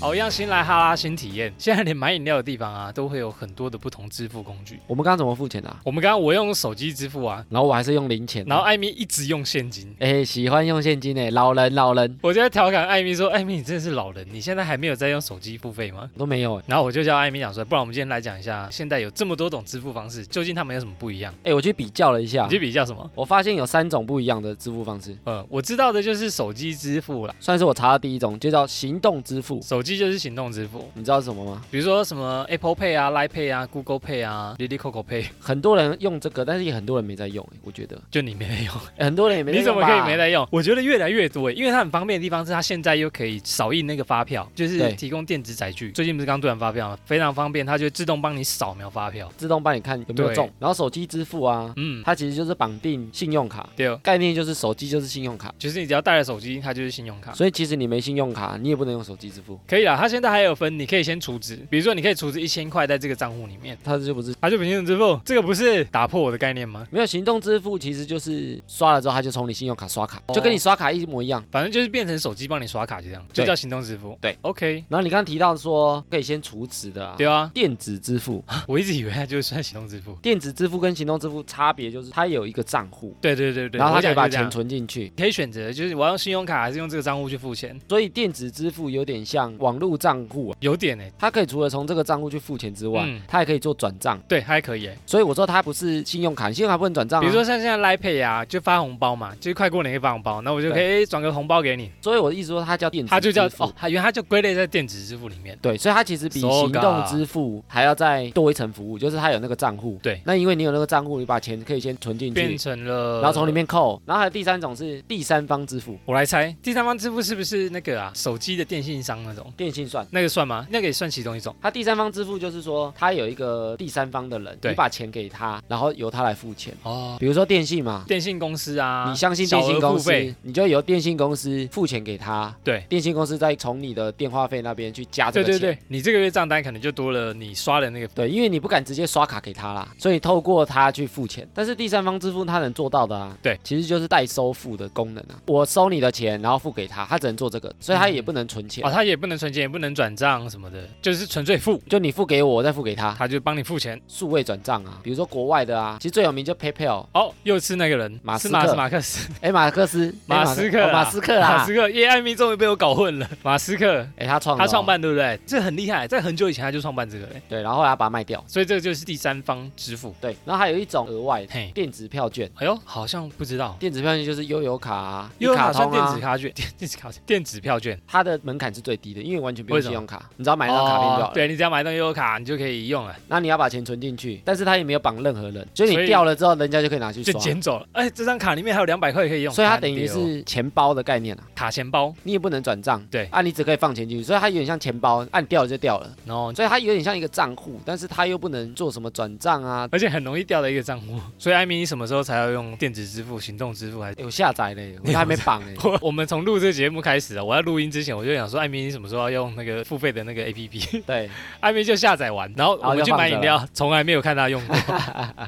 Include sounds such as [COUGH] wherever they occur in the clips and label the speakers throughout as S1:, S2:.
S1: 好，一样新哦来哈拉新体验。现在连买饮料的地方啊，都会有很多的不同支付工具。
S2: 我们刚刚怎么付钱的、啊？
S1: 我们刚刚我用手机支付啊，
S2: 然后我还是用零钱的，
S1: 然后艾哎米一直用现金。
S2: 哎、喜欢用现金哎、老人老人
S1: 我就在调侃艾米说：“艾米，你真的是老人，你现在还没有在用手机付费吗
S2: 都没有哎、？”
S1: 然后我就叫艾米讲说：“不然我们今天来讲一下，现在有这么多种支付方式，究竟他们有什么不一样？
S2: 哎、我去比较了一下
S1: 你，去比较什么
S2: 我发现有三种不一样的支付方式，？”
S1: 呃，我知道的就是手机支付啦，
S2: 算是我查的第一种，就叫行动支付。
S1: 手机就是行动支付，
S2: 你知道是什么吗？
S1: 比如说什么 Apple Pay 啊、Line Pay 啊、Google Pay 啊、Lily Coco Pay，
S2: 很多人用这个，但是也很多人没在用、哎我觉得、
S1: 就你没得用。
S2: 哎很多人也没在
S1: 你
S2: 用
S1: 怎么可以没
S2: 在？
S1: 在用？我觉得越来越多欸，因为它很方便的地方是它现在又可以扫印那个发票，就是
S2: 对
S1: 提供电子载具。最近不是刚兑完发票吗？非常方便，它就会自动帮你扫描发票。
S2: 自动帮你看有没有
S1: 对
S2: 中，然后手机支付啊，
S1: 嗯，
S2: 它其实就是绑定信用卡，
S1: 对哦，
S2: 概念就是手机就是信用卡，
S1: 就是你只要带了手机，它就是信用卡。
S2: 所以其实你没信用卡，你也不能用手机支付，
S1: 可以啦，它现在还有分，你可以先储值，比如说你可以储值一千块在这个账户里面，
S2: 它这就不是
S1: 它就不用支付，这个不是打破我的概念吗？
S2: 没有行动支付，其实就是刷了之后，它就从你信用卡刷
S1: 哦
S2: 卡，就跟你刷卡一模一样。
S1: 反正就是变成手机帮你刷卡，就这样，就
S2: 对
S1: 叫行动支付。
S2: 对
S1: ，OK，
S2: 然后你刚刚提到说可以先储值的啊，
S1: 对啊，
S2: 电子支付， [LAUGHS]
S1: 我一直以为它就是算行动支付。
S2: 电子支付跟行动支付差别就是它有一个账户，
S1: 对对对对，
S2: 然后
S1: 我
S2: 它可
S1: 讲
S2: 以把
S1: 就是这样
S2: 钱存进去，
S1: 可以选择，就是我要用信用卡还是用这个账户去付钱。
S2: 所以电子支付有点像网络账户啊。
S1: 有点哎、
S2: 它可以除了从这个账户去付钱之外，
S1: 嗯
S2: 它还可以做转账，
S1: 对，还可以哎、
S2: 所以我说它不是信用卡，你信用卡不能转账、啊。
S1: 比如说像现在 Line Pay 啊，就发红包嘛，就是快过年可以发红包，那我就可以哎转个红包给你，
S2: 所以我的意思说它叫电子支付，
S1: 它就叫哦，它原来它就归类在电子支付里面。
S2: 对，所以它其实比
S1: So
S2: 行
S1: ga
S2: 动支付还要再多一层服务，就是它有那个账户。
S1: 对
S2: 那因为你有那个账户，你把钱可以先存进
S1: 变
S2: 去，
S1: 成了，
S2: 然后从里面扣。然后还有第三种是第三方支付，
S1: 我来猜，第三方支付是不是那个啊，手机的电信商那种，
S2: 电信算。
S1: 那个算吗？那个也算其中一种。
S2: 它第三方支付就是说，它有一个第三方的人，
S1: 对
S2: 你把钱给他，然后由他来付钱。
S1: 哦，
S2: 比如说电信嘛，
S1: 电信公司啊，
S2: 你相信电信
S1: 小额
S2: 公
S1: 付费
S2: 司，你就由电信公司付钱给他，
S1: 对。
S2: 电信公司再从你的电话费那边去加这
S1: 对
S2: 个钱。
S1: 对对，你这个月账单可能就多了你刷的那个，
S2: 对，因为你不敢直接刷卡给他啦，所以透过他去付钱。但是第三方支付他能做到的啊，
S1: 对，
S2: 其实就是代收付的功能啊。我收你的钱，然后付给他，他只能做这个，所以他也不能存钱。
S1: 哦，它也不能存钱，也不能转账什么的，就是纯粹付，
S2: 就你付给我，我再付给他，
S1: 它就帮你付钱。
S2: 数位转账啊，比如说国外的啊，其实最有名就 PayPal，
S1: 哦，又是那个人，
S2: 马
S1: 是
S2: 斯
S1: 马
S2: 克
S1: 马克思，
S2: [LAUGHS] 哎，马克思，哎
S1: 马斯克
S2: 哦
S1: 啦
S2: 马斯克
S1: 马
S2: 啦
S1: 斯，克，耶，艾米终于被我搞混了。
S2: [LAUGHS]
S1: 马斯克，
S2: 哎，他创的
S1: 他
S2: 哦
S1: 创办对不对？这很厉害，在很久以前他就创办这个嘞，
S2: 对，然后后来他把它卖掉，
S1: 所以这个就是第三方支付。
S2: 对，然后还有一种额外的
S1: 嘿，
S2: 电子票券，
S1: 哎呦，好像不知道，
S2: 电子票券就是悠游卡、啊、
S1: 因为
S2: 一卡
S1: 它算
S2: 通
S1: 电子
S2: 啊，
S1: 卡
S2: [LAUGHS]
S1: 券，电电子卡券电子票券，
S2: 它的门槛是最低的，因为完全不
S1: 为
S2: 用
S1: 什么
S2: 信用卡，你只要买一张卡片就好
S1: 哦
S2: 了。
S1: 对你只要买一张悠游卡，你就可以用了，
S2: 那你要把钱存进去，但是他也没有绑任何人，所以
S1: 所以
S2: 你掉了之后，人家就可以拿去
S1: 就
S2: 刷，
S1: 捡走了。哎，这张卡里面还有两百块可以用，
S2: 所以它
S1: 干
S2: 等于
S1: 掉
S2: 是钱包的概念啊，
S1: 卡钱包，
S2: 你也不能转账，
S1: 对
S2: 啊，你只可以放钱进去，所以它有点像钱包，啊按、你掉了就掉了，
S1: 然后。
S2: 所以它有点像一个账户，但是它又不能做什么转账啊。
S1: 而且很容易掉的一个账户，所以艾米，你什么时候才要用电子支付、行动支付还是？。
S2: 有下载嘞，哎我都还没绑嘞
S1: [LAUGHS] 我我们从录这个节目开始啊，我在录音之前我就想说，艾米你什么时候要用那个付费的那个 APP？
S2: 对，
S1: 艾米就下载完，然后我
S2: 然后
S1: 们
S2: 哦就
S1: 去买
S2: 放着
S1: 饮料，从来没有看他
S2: [LAUGHS]
S1: 用过。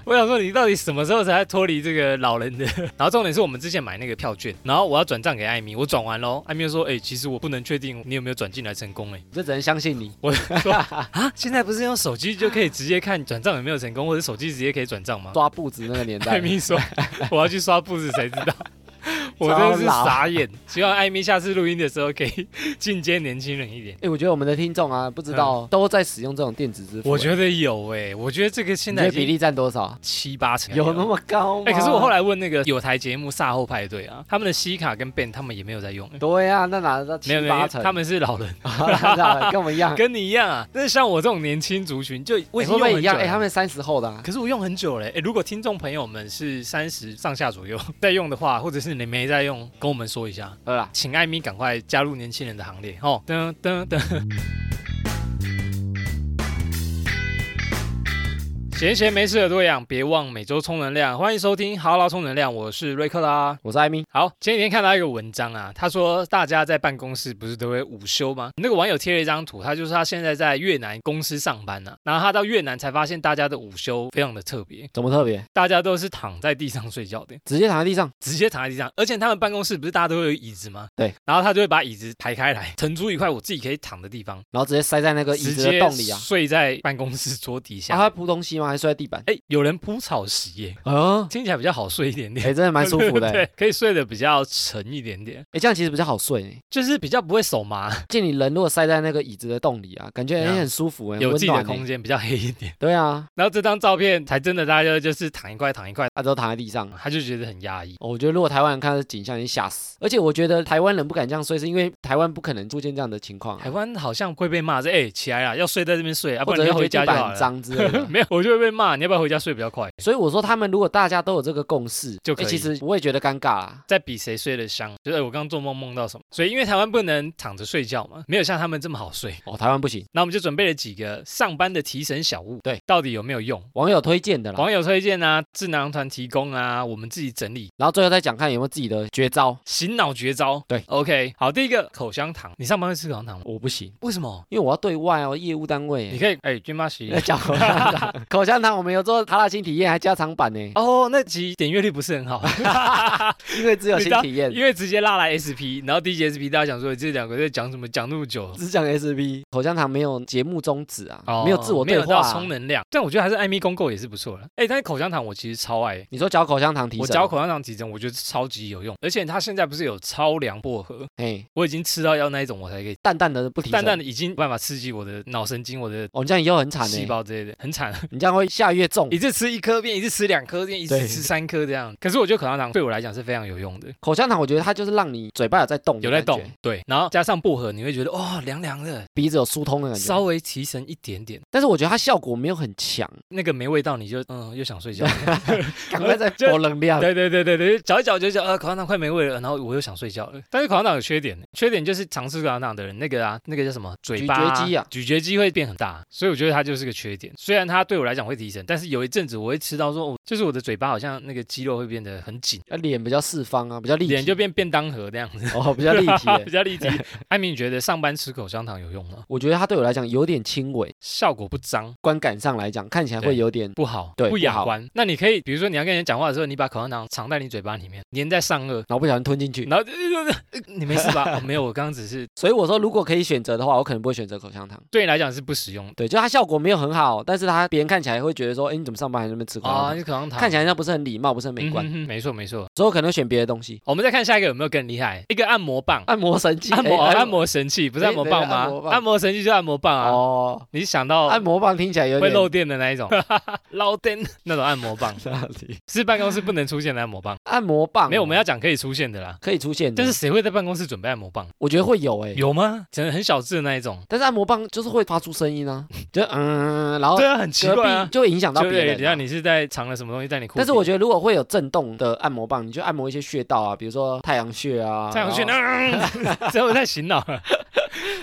S1: 我想说，你到底什么时候才脱离这个老人的？ [LAUGHS] 然后重点是我们之前买那个票券，然后我要转账给艾米，我转完喽，艾米就说，哎、其实我不能确定你有没有转进来成功、哎，
S2: 我就只能相信你。
S1: 我就说啊，现在不是用手机就可以直接看转账有没有成功，或者手机直接可以转账吗？
S2: 抓步子那个年
S1: [LAUGHS] 艾
S2: 代，
S1: 米说：“我要去刷步子，谁知 [LAUGHS] 道？”我真的是
S2: 超老
S1: 傻眼。希望艾米下次录音的时候可以进阶年轻人一点。
S2: 哎，我觉得我们的听众啊，不知道都在使用这种电子支付。
S1: [LAUGHS] 嗯我
S2: 得
S1: 觉得有哎、我觉得这个现
S2: 你
S1: 在
S2: 觉
S1: 已
S2: 得比
S1: 经
S2: 例占多少？
S1: 七八成
S2: 有那么高吗？
S1: 哎、可是我后来问那个有台节目《赛后派对》啊，他们的西卡跟 Ben 他们也没有在用、欸，
S2: 对啊，那哪得到
S1: 没
S2: 七
S1: 有没有，因
S2: 八
S1: 为
S2: 成？
S1: 他们是老人， [LAUGHS]
S2: [LAUGHS] 跟我们一样，
S1: 跟你一样啊。但是像我这种年轻族群，就我已
S2: 欸
S1: 经
S2: 会不
S1: 用很
S2: 会
S1: 久
S2: 一样？
S1: 了
S2: 哎、他们三十后的、啊，
S1: 可是我用很久了、哎、如果听众朋友们是三十上下左右在用的话，或者是你没在用，跟我们说一下，
S2: 呃啦，
S1: 请艾米赶快加入年轻人的行列哦！噔噔噔。闲闲没事的多养，别忘每周充能量。欢迎收听《好啦充能量》，我是瑞克啦。
S2: 我是艾米，
S1: 好，前几天看到一个文章啊，他说大家在办公室不是都会午休吗？那个网友贴了一张图，他就是他现在在越南公司上班呢、啊，然后他到越南才发现大家的午休非常的特别，
S2: 怎么特别？
S1: 大家都是躺在地上睡觉的，
S2: 直接躺在地上，
S1: 直接躺在地上，而且他们办公室不是大家都会有椅子吗？
S2: 对，
S1: 然后他就会把椅子排开来，腾出一块我自己可以躺的地方，
S2: 然后直接塞在那个椅
S1: 直
S2: 子的
S1: 接
S2: 洞里啊。
S1: 睡在办公室桌底
S2: 啊、
S1: 下。
S2: 他会铺东西吗？还是睡在地板？
S1: 哎，有人铺草席耶，
S2: 啊，
S1: 听起来比较好睡一点
S2: 哎、
S1: 点，
S2: 真的蛮舒服的、欸。
S1: [LAUGHS] 对，可以睡得比较沉一点点，
S2: 哎、这样其实比较好睡、欸。
S1: 就是比较不会手麻，
S2: 就你人如果塞在那个椅子的洞里啊，感觉
S1: 怎样
S2: 也很舒服、欸，很
S1: 有
S2: 温
S1: 自己的
S2: 暖、
S1: 空
S2: 欸。
S1: 间，比较黑一点。 [LAUGHS]
S2: 对啊，
S1: 然后这张照片才真的，大家就是躺一块躺一块，
S2: 啊，都躺在地上。
S1: 他就觉得很压抑。
S2: 哦我觉得如果台湾人看到这景象，已经吓死。而且我觉得台湾人不敢这样睡，是因为台湾不可能出现这样的情况、啊
S1: 台，湾好像会被骂说，哎、起来啦，要睡在这边睡，啊，不
S2: 或
S1: 然
S2: 者
S1: 你
S2: 是
S1: 要回
S2: 觉得地
S1: 家就
S2: 板
S1: 好
S2: 很
S1: 了。
S2: 脏之
S1: [LAUGHS]
S2: 类的。
S1: 没有，我就会被骂，你要不要回家睡比较快？
S2: 所以我说，他们如果大家都有这个共识，
S1: 就可
S2: 欸
S1: 以
S2: 其实不会觉得尴尬啊啦。
S1: 在比谁睡得香，就是哎我刚刚做梦梦到什么，所以因为台湾不能躺着睡觉嘛，没有像他们这么好睡。
S2: 哦，台湾不行，
S1: 那我们就准备了几个上班的提神小物，
S2: 对，
S1: 到底有没有用？
S2: 网友推荐的啦。
S1: 网友推荐啊，智囊团提供啊，我们自己整理
S2: 然后最后再讲看有没有自己的绝招。
S1: 醒脑绝招。
S2: 对
S1: ，OK，好，第一个口香糖，你上班会吃口香糖吗？
S2: 我不行，
S1: 为什么？
S2: 因为我要对外哦，业务单位
S1: 你
S2: [LAUGHS] 欸。
S1: 可以哎，君妈洗
S2: 要讲口香糖，口香糖我们有做塔拉新体验，还加长版呢，
S1: [LAUGHS] 哦，那集点阅率不是很
S2: 哎
S1: 好，
S2: 因为只有
S1: 你知
S2: 新
S1: 道
S2: 体验，
S1: 因为直接拉来 SP，然后第一集 SP 大家想说这两个在讲什么，讲那么久。
S2: 只讲 SP，口香糖没有节目宗旨啊，没有自我
S1: 没
S2: 对
S1: 有
S2: 话
S1: 到
S2: 啊
S1: 充。能量，但我觉得还是艾米公购也是不错的。哎，但是口香糖我其实超爱，
S2: 你说嚼口香糖提
S1: 我
S2: 神
S1: 嚼
S2: 啊，
S1: 口香糖提神，我觉得超级有用，而且它现在不是有超凉薄荷，
S2: 哎，
S1: 我已经吃到要那一种我才可以，
S2: 淡淡的不提神，
S1: 淡淡的已经没办法刺激我的脑神经、我的
S2: 哦，你这样以后很惨
S1: 细
S2: 呢，
S1: 胞之类的，很惨。啊
S2: 你这样会下越重。
S1: 一次吃一颗变，一次吃两颗变，一次
S2: 对
S1: 吃三颗这样。可是我觉得口香糖对我来讲是非常有用的。
S2: 口香糖我觉得它就是让你嘴巴有在动，
S1: 有在动，，对，然后加上薄荷，你会觉得哇、凉凉的，
S2: 鼻子有疏通的感觉
S1: 稍，微提神一点点。
S2: 但是我觉得它效果没有很强，
S1: 那个没味道，你就嗯又想睡觉。
S2: 赶快再
S1: 就
S2: 补能量。
S1: 对对对对对，嚼一嚼就嚼，呃，口香糖快没味了，然后我又想睡觉了。但是口香糖有缺点，缺点就是尝试口香糖的人，那个啊，那个叫什么，嘴巴、
S2: 咀嚼肌啊
S1: 咀嚼肌会变很大，所以我觉得它就是个缺点。虽然它对我来讲会提神，但是有一阵子我会吃到说，哦、就是我的嘴巴好像那个肌肉会变得很紧，
S2: 啊，脸比较四方啊，比较立体，
S1: 脸就变便当盒那样子。
S2: 哦，比较立
S1: [LAUGHS]
S2: 体
S1: 比
S2: 欸。
S1: 较立体。艾米，你觉得上班吃口香糖有用吗？
S2: 我觉得它对我来讲有点轻微，
S1: 效果不彰，
S2: 观感上来讲看起来
S1: 对
S2: 会有点
S1: 不好，
S2: 对
S1: 不
S2: 不
S1: 雅
S2: 好
S1: 观。那你可以，比如说你要跟人讲话的时候，你把口香糖藏在你嘴巴里面，粘在上颚，
S2: 然后不小心吞进去。
S1: 然后就、 [LAUGHS] 呃你没事吧？哦没有，我刚刚只是
S2: 所以我说，如果可以选择的话，我可能不会选择口香糖。
S1: 对你来讲是不实用的
S2: 对，就它效果没有很好，但是它别人看起来会觉得说，哎，你怎么上班还在那边吃口香
S1: 啊，
S2: 糖？
S1: 你口香糖
S2: 看起来那不是很礼貌，不是很美观，
S1: 嗯哼哼没错没错。
S2: 所以我可能会选别的东西。
S1: 我们再看下一个有没有更厉害？一个按摩棒。
S2: 按摩神器，
S1: [LAUGHS] 按摩、
S2: 哎
S1: 按摩神器不是
S2: 哎
S1: 按摩
S2: 对
S1: 棒
S2: 按
S1: 吗？
S2: 摩棒
S1: 按摩神器就按摩棒啊！
S2: 哦，
S1: 你想到
S2: 按摩棒听起来有
S1: 会
S2: 点
S1: 漏电的那
S2: [LAUGHS]
S1: 一种，捞电 [LAUGHS] 那种按摩棒
S2: 哪里？
S1: 是办公室不能出现的按摩棒。
S2: 按摩
S1: [LAUGHS]
S2: 棒哦嗯
S1: 没有，我们要讲可以出现的啦。
S2: 可以出现的，
S1: 但是谁会在办公室准备按摩棒？
S2: 我觉得会有哎，
S1: 有吗？真的很小智的那一种。
S2: 但是按摩棒就是会发出声音啊，就嗯，然后
S1: 对啊，很奇
S2: 隔
S1: 怪
S2: 壁
S1: 啊。
S2: 就会影响到
S1: 就
S2: 别
S1: 对，
S2: 人啊。
S1: 等一下你是在藏了什么东西在你裤？
S2: 但是我觉得如果会有震动的按摩棒，你就按摩一些穴道啊，比如说太阳穴啊，
S1: [LAUGHS] 太阳穴
S2: 然后
S1: 呢， [LAUGHS] 只有在醒脑
S2: [LAUGHS]
S1: 了。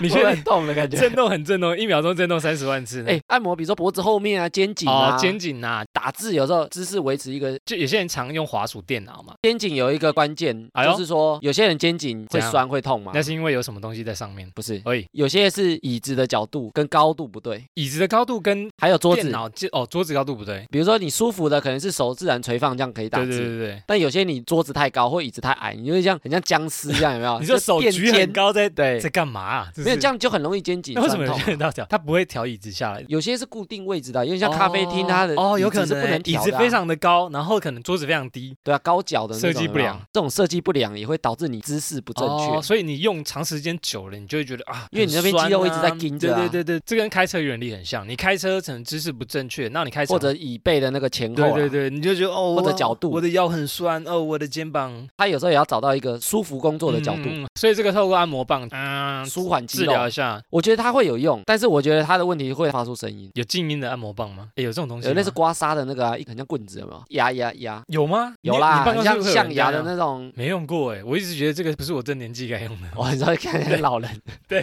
S1: 你
S2: 会
S1: 确
S2: 有
S1: 定
S2: 动的感觉。
S1: 震动很震动，一秒钟震动三十万次呢？
S2: [LAUGHS] 哎，按摩比如说脖子后面啊、肩颈
S1: 哦
S2: 啊，，
S1: 肩颈啊，
S2: 打字有时候姿势维持一个
S1: 就有些人常用滑鼠电脑嘛，
S2: 肩颈有一个关键，
S1: 哎呦
S2: 就是说有些人肩颈
S1: 怎
S2: 会
S1: 样
S2: 酸会痛嘛
S1: 那，是因为有什么东西在上面。
S2: 不是。
S1: 哎，
S2: 有些是椅子的角度跟高度不对，
S1: 椅子的高度跟
S2: 还有桌
S1: 电
S2: 子，
S1: 脑键哦桌子高度不对。
S2: 比如说你舒服的可能是手自然垂放，这样可以打
S1: 对
S2: 字。
S1: 对对对，？
S2: 但有些你桌子太高或椅子太矮，你就会像很像僵尸这样，有没有
S1: [LAUGHS] 你说
S2: 就
S1: 手
S2: 变
S1: 举很
S2: 肩，
S1: 高在
S2: 对
S1: 在，干嘛啊？
S2: 没有这
S1: 样，
S2: 样就很容易肩颈
S1: [LAUGHS] 那为什么
S2: 酸
S1: 有
S2: 痛
S1: 些。人要调？他不会调椅子下来。
S2: 有些是固定位置的，因为像咖啡厅它的
S1: 哦，哦有可
S2: 椅子
S1: 能
S2: 是不能
S1: 椅
S2: 调
S1: 子
S2: 的啊
S1: 非常的高，然后可能桌子非常低，
S2: 对啊高脚的那种
S1: 设计不
S2: 有没有
S1: 良，
S2: 这种设计不良也会导致你姿势不正
S1: 哦
S2: 确。
S1: 所以你用长时间久了，你就会觉得啊，
S2: 因为你那边
S1: 很酸啊
S2: 肌肉一直在盯着啊
S1: 对对对对，这跟开车原理很像，你开车可能姿势不正确，那你开车
S2: 或者椅背的那个前后
S1: 对
S2: 啊，
S1: 啊对对，你就觉得哦，
S2: 或者
S1: 我
S2: 角度
S1: 我的腰很酸哦，我的肩膀
S2: 他有时候也要找到一个舒服工作的角度，
S1: 嗯嗯所以这个透过按摩棒，嗯，
S2: 舒缓肌
S1: 治
S2: 肉。
S1: 疗一下。
S2: 我觉得它会有用，但是我觉得它的问题会发出声音，
S1: 有静音的按摩棒哎吗？诶有这种东西哦吗？
S2: 有类似刮痧的那个啊，一很像棍子，有没有？压压压，
S1: 有吗？
S2: 有
S1: 你
S2: 啦，
S1: 你办
S2: 很
S1: 公室
S2: 像
S1: 会有
S2: 象
S1: 人这
S2: 牙的
S1: 样
S2: 那种。 [LAUGHS]
S1: 没欸用过哎，我一直觉得这个不是我这年纪该用的。
S2: 我很少看见老人，
S1: 对，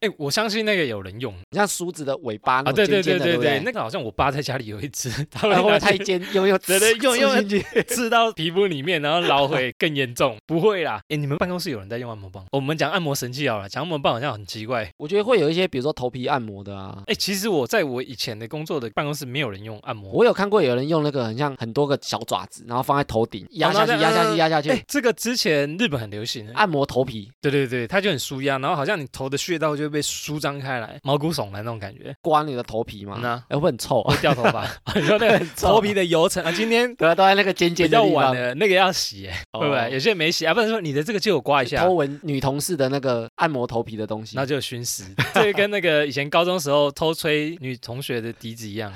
S1: 哎、我相信那个有人用
S2: 你像梳子的尾巴那
S1: 啊，
S2: 种
S1: 对对
S2: 尖
S1: 对
S2: 尖的，
S1: 对
S2: 不
S1: 对，那个好像我爸在家里有一只，他
S2: 然
S1: 会
S2: 后
S1: 拿
S2: 太
S1: 去
S2: 尖，用用 [LAUGHS]
S1: 对对用用
S2: 刺进去
S1: [LAUGHS] 刺到皮肤里面，然后老会更严重。不会啦，哎，你们办公室有人在用按摩棒？我们讲按摩神器好了，讲按摩棒好像很奇怪。
S2: 我觉得会有一些，比如说头皮按摩的啊，
S1: 哎，其实我在我以前的工作的办公室没有人用按摩。
S2: 我有看过有人用那个很像很多个小爪子，然后放在头顶压下去，
S1: 然后
S2: 压
S1: 再
S2: 下去，压下
S1: 哎
S2: 去，，
S1: 这个之前日本很流行，
S2: 按摩头皮，
S1: 对对对，它就很舒压，然后好像你头的穴道就会被舒张开来，毛骨悚然那种感觉，
S2: 刮你的头皮嘛
S1: 嗯啊，
S2: 哎会很臭啊，
S1: 会掉头
S2: [LAUGHS]
S1: 发，你说那个头皮的油层啊，今天
S2: 对啊，都在那个尖
S1: 比
S2: 尖的
S1: 较
S2: 地
S1: 晚
S2: 方，
S1: 了，那个要洗，哎
S2: 哦
S1: 会不会？有些人没洗啊，不然说你的这个借我刮一下，
S2: 偷闻女同事的那个按摩头皮的东西
S1: 然后，就有熏死，这个跟那个以前高中时候偷吹女同学的笛子一
S2: [LAUGHS]
S1: 样，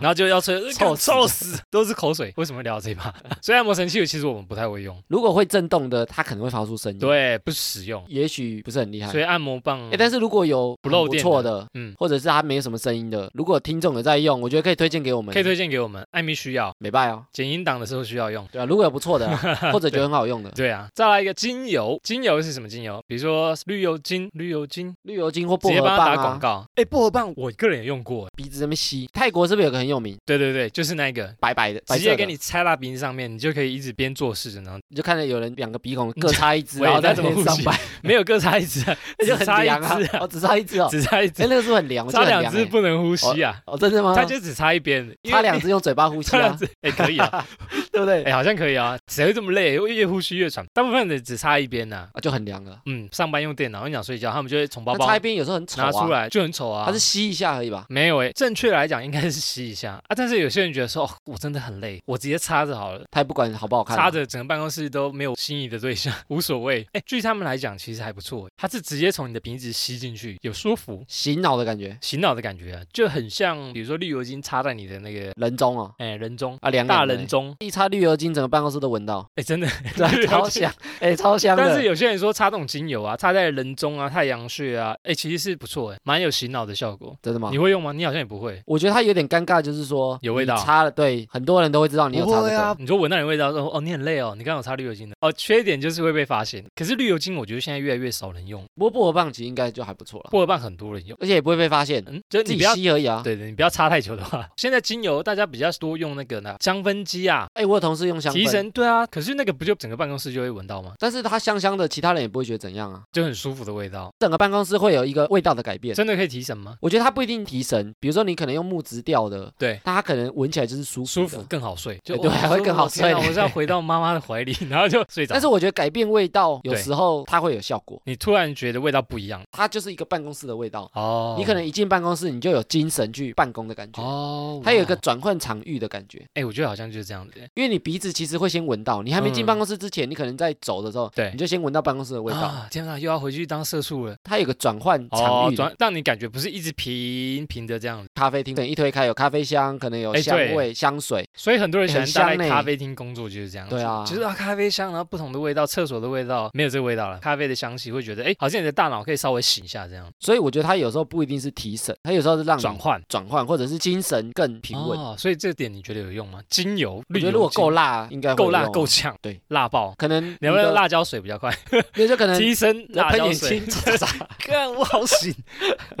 S1: 然后就要吹，呃
S2: 臭
S1: 干臭死，都是口水。为什么聊到这一趴？ [LAUGHS] 所以按摩神器其实我们不太会用，
S2: 如果会震动的，它可能会发出声音，，
S1: 对，不实用，
S2: 也许不是很厉害，
S1: 所以按摩棒
S2: 哎，，但是如果有
S1: 不漏
S2: 很不
S1: 电
S2: 错
S1: 的
S2: 的。
S1: 嗯，
S2: 或者是它没有什么声音的，如果听众有在用，我觉得可以推荐给我们，
S1: 可以推荐给我们，艾米需要，
S2: 美拜哦，
S1: 剪音档的时候需要用。
S2: 对啊，如果有不错的啊，
S1: [LAUGHS]
S2: 或者觉得很好用的，
S1: 对啊，再来一个精油，精油是什么精油？比如说绿油精、绿油精，
S2: 绿油精或薄
S1: 直接
S2: 荷
S1: 帮它
S2: 棒
S1: 打广
S2: 啊，
S1: 告。哎，薄荷棒我个人也用过，
S2: 鼻子那边吸。泰国是不是有个很有名，
S1: 对对对，就是那一个。
S2: 白白的，白
S1: 直
S2: 色
S1: 接
S2: 的
S1: 给你插到鼻子上面，你就可以一直边做事，然后 [LAUGHS]
S2: 你就看到有人两个鼻孔各插一只，
S1: 喂
S2: 然后在
S1: 那
S2: 这
S1: 怎么
S2: 边
S1: 呼
S2: 上
S1: 吸 [LAUGHS]
S2: 班，
S1: 没有各插一
S2: [LAUGHS]
S1: 支啊，
S2: 就
S1: 只
S2: 很
S1: 插一
S2: 凉啊
S1: 支，啊，
S2: 哦，只插一只哦，
S1: 只插一
S2: 哎，
S1: 支，
S2: 那个是不是很凉？我记
S1: 插
S2: 得很
S1: 两
S2: 凉
S1: 支
S2: 哎
S1: 不能呼吸啊，
S2: 哦，真的吗？
S1: 它就只 [LAUGHS] 插一边，因为
S2: 插
S1: [LAUGHS]
S2: 两
S1: 你
S2: 只用嘴巴呼吸
S1: 插两
S2: 啊，
S1: 支，哎，可以啊，
S2: 对不对？
S1: 哎，好像可以啊，谁会这么累？越呼吸越喘，大部分人只插一边呐。
S2: 啊，就很凉了。
S1: 嗯，上班用电脑，你想睡觉，他们就会从包
S2: 那
S1: 包
S2: 插一边有时候很丑
S1: 拿出
S2: 啊，
S1: 来就很丑啊，
S2: 它是吸一下而已吧？
S1: 没有诶、欸正确来讲应该是吸一下啊，但是有些人觉得说，哦，我真的很累，我直接插着好了，
S2: 它也不管好不好看啊，
S1: 插着整个办公室都没有心仪的对象，无所谓。 [LAUGHS] 哎，据他们来讲，其实还不错，它是直接从你的鼻子吸进去，有舒服、
S2: 洗脑的感觉，
S1: 醒脑的感觉、啊，就很像比如说绿油精插在你的那个
S2: 人中哦，
S1: 哎人中。
S2: 啊，凉
S1: 大
S2: 凉的
S1: 人
S2: 欸
S1: 中，
S2: 一插绿油精，整个办公室都闻到，
S1: 哎，真的，
S2: 对啊
S1: [LAUGHS] 绿油，精
S2: 超香，哎，超香
S1: 但是
S2: 的。
S1: 有些人说插这种精油啊，插在人中啊、太阳穴啊，哎，其实是不错，哎，蛮有醒脑的效果。
S2: 真的吗
S1: 你？会用吗？你好像也不会，
S2: 我觉得它有点尴尬，就是说
S1: 有味
S2: 你
S1: 道
S2: 插了，对，很多人都会知道你有插这
S1: 对
S2: 个。
S1: 啊，你说闻到你味道说哦，你很累哦，你刚好擦绿油精的哦，缺点就是会被发现。可是绿油精我觉得现在越来越少人用，
S2: 不过薄荷棒其实应该就还不错了，
S1: 薄荷棒很多人用，
S2: 而且也不会被发现，
S1: 嗯，就是
S2: 自
S1: 你
S2: 己
S1: 不要。
S2: 吸而已啊。
S1: 对对，你不要擦太久的话， [LAUGHS] 现在精油大家比较多用那个呢，香氛机啊，
S2: 哎，我有同事用香
S1: 提
S2: 氛，
S1: 神，对啊，可是那个不就整个办公室就会闻到吗？
S2: 但是它香香的，其他人也不会觉得怎样啊。
S1: 就很舒服的味道，
S2: 整个办公室会有一个味道的改变。
S1: 真的可以提神吗？
S2: 我觉得它不一定提神，比如说你可能用木质调的，
S1: 对。
S2: 但它可能闻起来就是舒服
S1: 舒
S2: 的
S1: 服。更好睡，就
S2: 哎对
S1: 哦
S2: 还会
S1: 说
S2: 更好
S1: 我天哪
S2: 睡
S1: 我是要
S2: [LAUGHS]
S1: 回到妈妈的怀里，然后就睡着。
S2: 但是我觉得改变味道有
S1: 对
S2: 时候它会有效果，
S1: 你突然觉得味道不一样
S2: 它就是一个办公室的味道。
S1: 哦，
S2: 你可能一进办公室，你就有精神去办公的感觉，
S1: 哦，
S2: 它有一个
S1: 哇
S2: 转换场域的感觉。
S1: 哎，我觉得好像就是这样子，
S2: 因为你鼻子其实会先闻到，你还没进
S1: 嗯
S2: 办公室之前，你可能在走的时候，
S1: 对
S2: 你就先闻到办公室的味道。
S1: 啊！天哪，又要回去当社畜了。
S2: 它有个转换
S1: 哦
S2: 场，域的，
S1: 转让你感觉不是一直平平的这样子，
S2: 咖啡厅，等一推开有咖啡香，可能有
S1: 哎
S2: 香
S1: 对
S2: 味、香水，
S1: 所以很多人喜欢
S2: 很香
S1: 待在
S2: 欸
S1: 咖啡厅工作就是这样子。
S2: 对啊
S1: 就是啊咖啡香，然后不同的味道，厕所的味道没有这个味道了，咖啡的香气会觉得，哎，好像你的大脑可以稍微醒一下这样，
S2: 所以我觉得它有时候不一定是提神，它有时候是让你
S1: 转换
S2: 转换，或者是精神更平稳。
S1: 哦，所以这点你觉得有用吗？精油，
S2: 我
S1: 绿
S2: 觉
S1: 油
S2: 得如果
S1: 精
S2: 够辣，应该会
S1: 够辣
S2: 有
S1: 够
S2: 啊，
S1: 呛，
S2: 对，
S1: 辣爆。
S2: 可能
S1: 你要不要
S2: 的
S1: 用，辣椒水比较快，
S2: 也就可能
S1: 提神辣
S2: 喷
S1: 椒
S2: 眼
S1: 水 [LAUGHS]
S2: 睛。。嚓嚓嚓
S1: 看我好 [LAUGHS] 醒，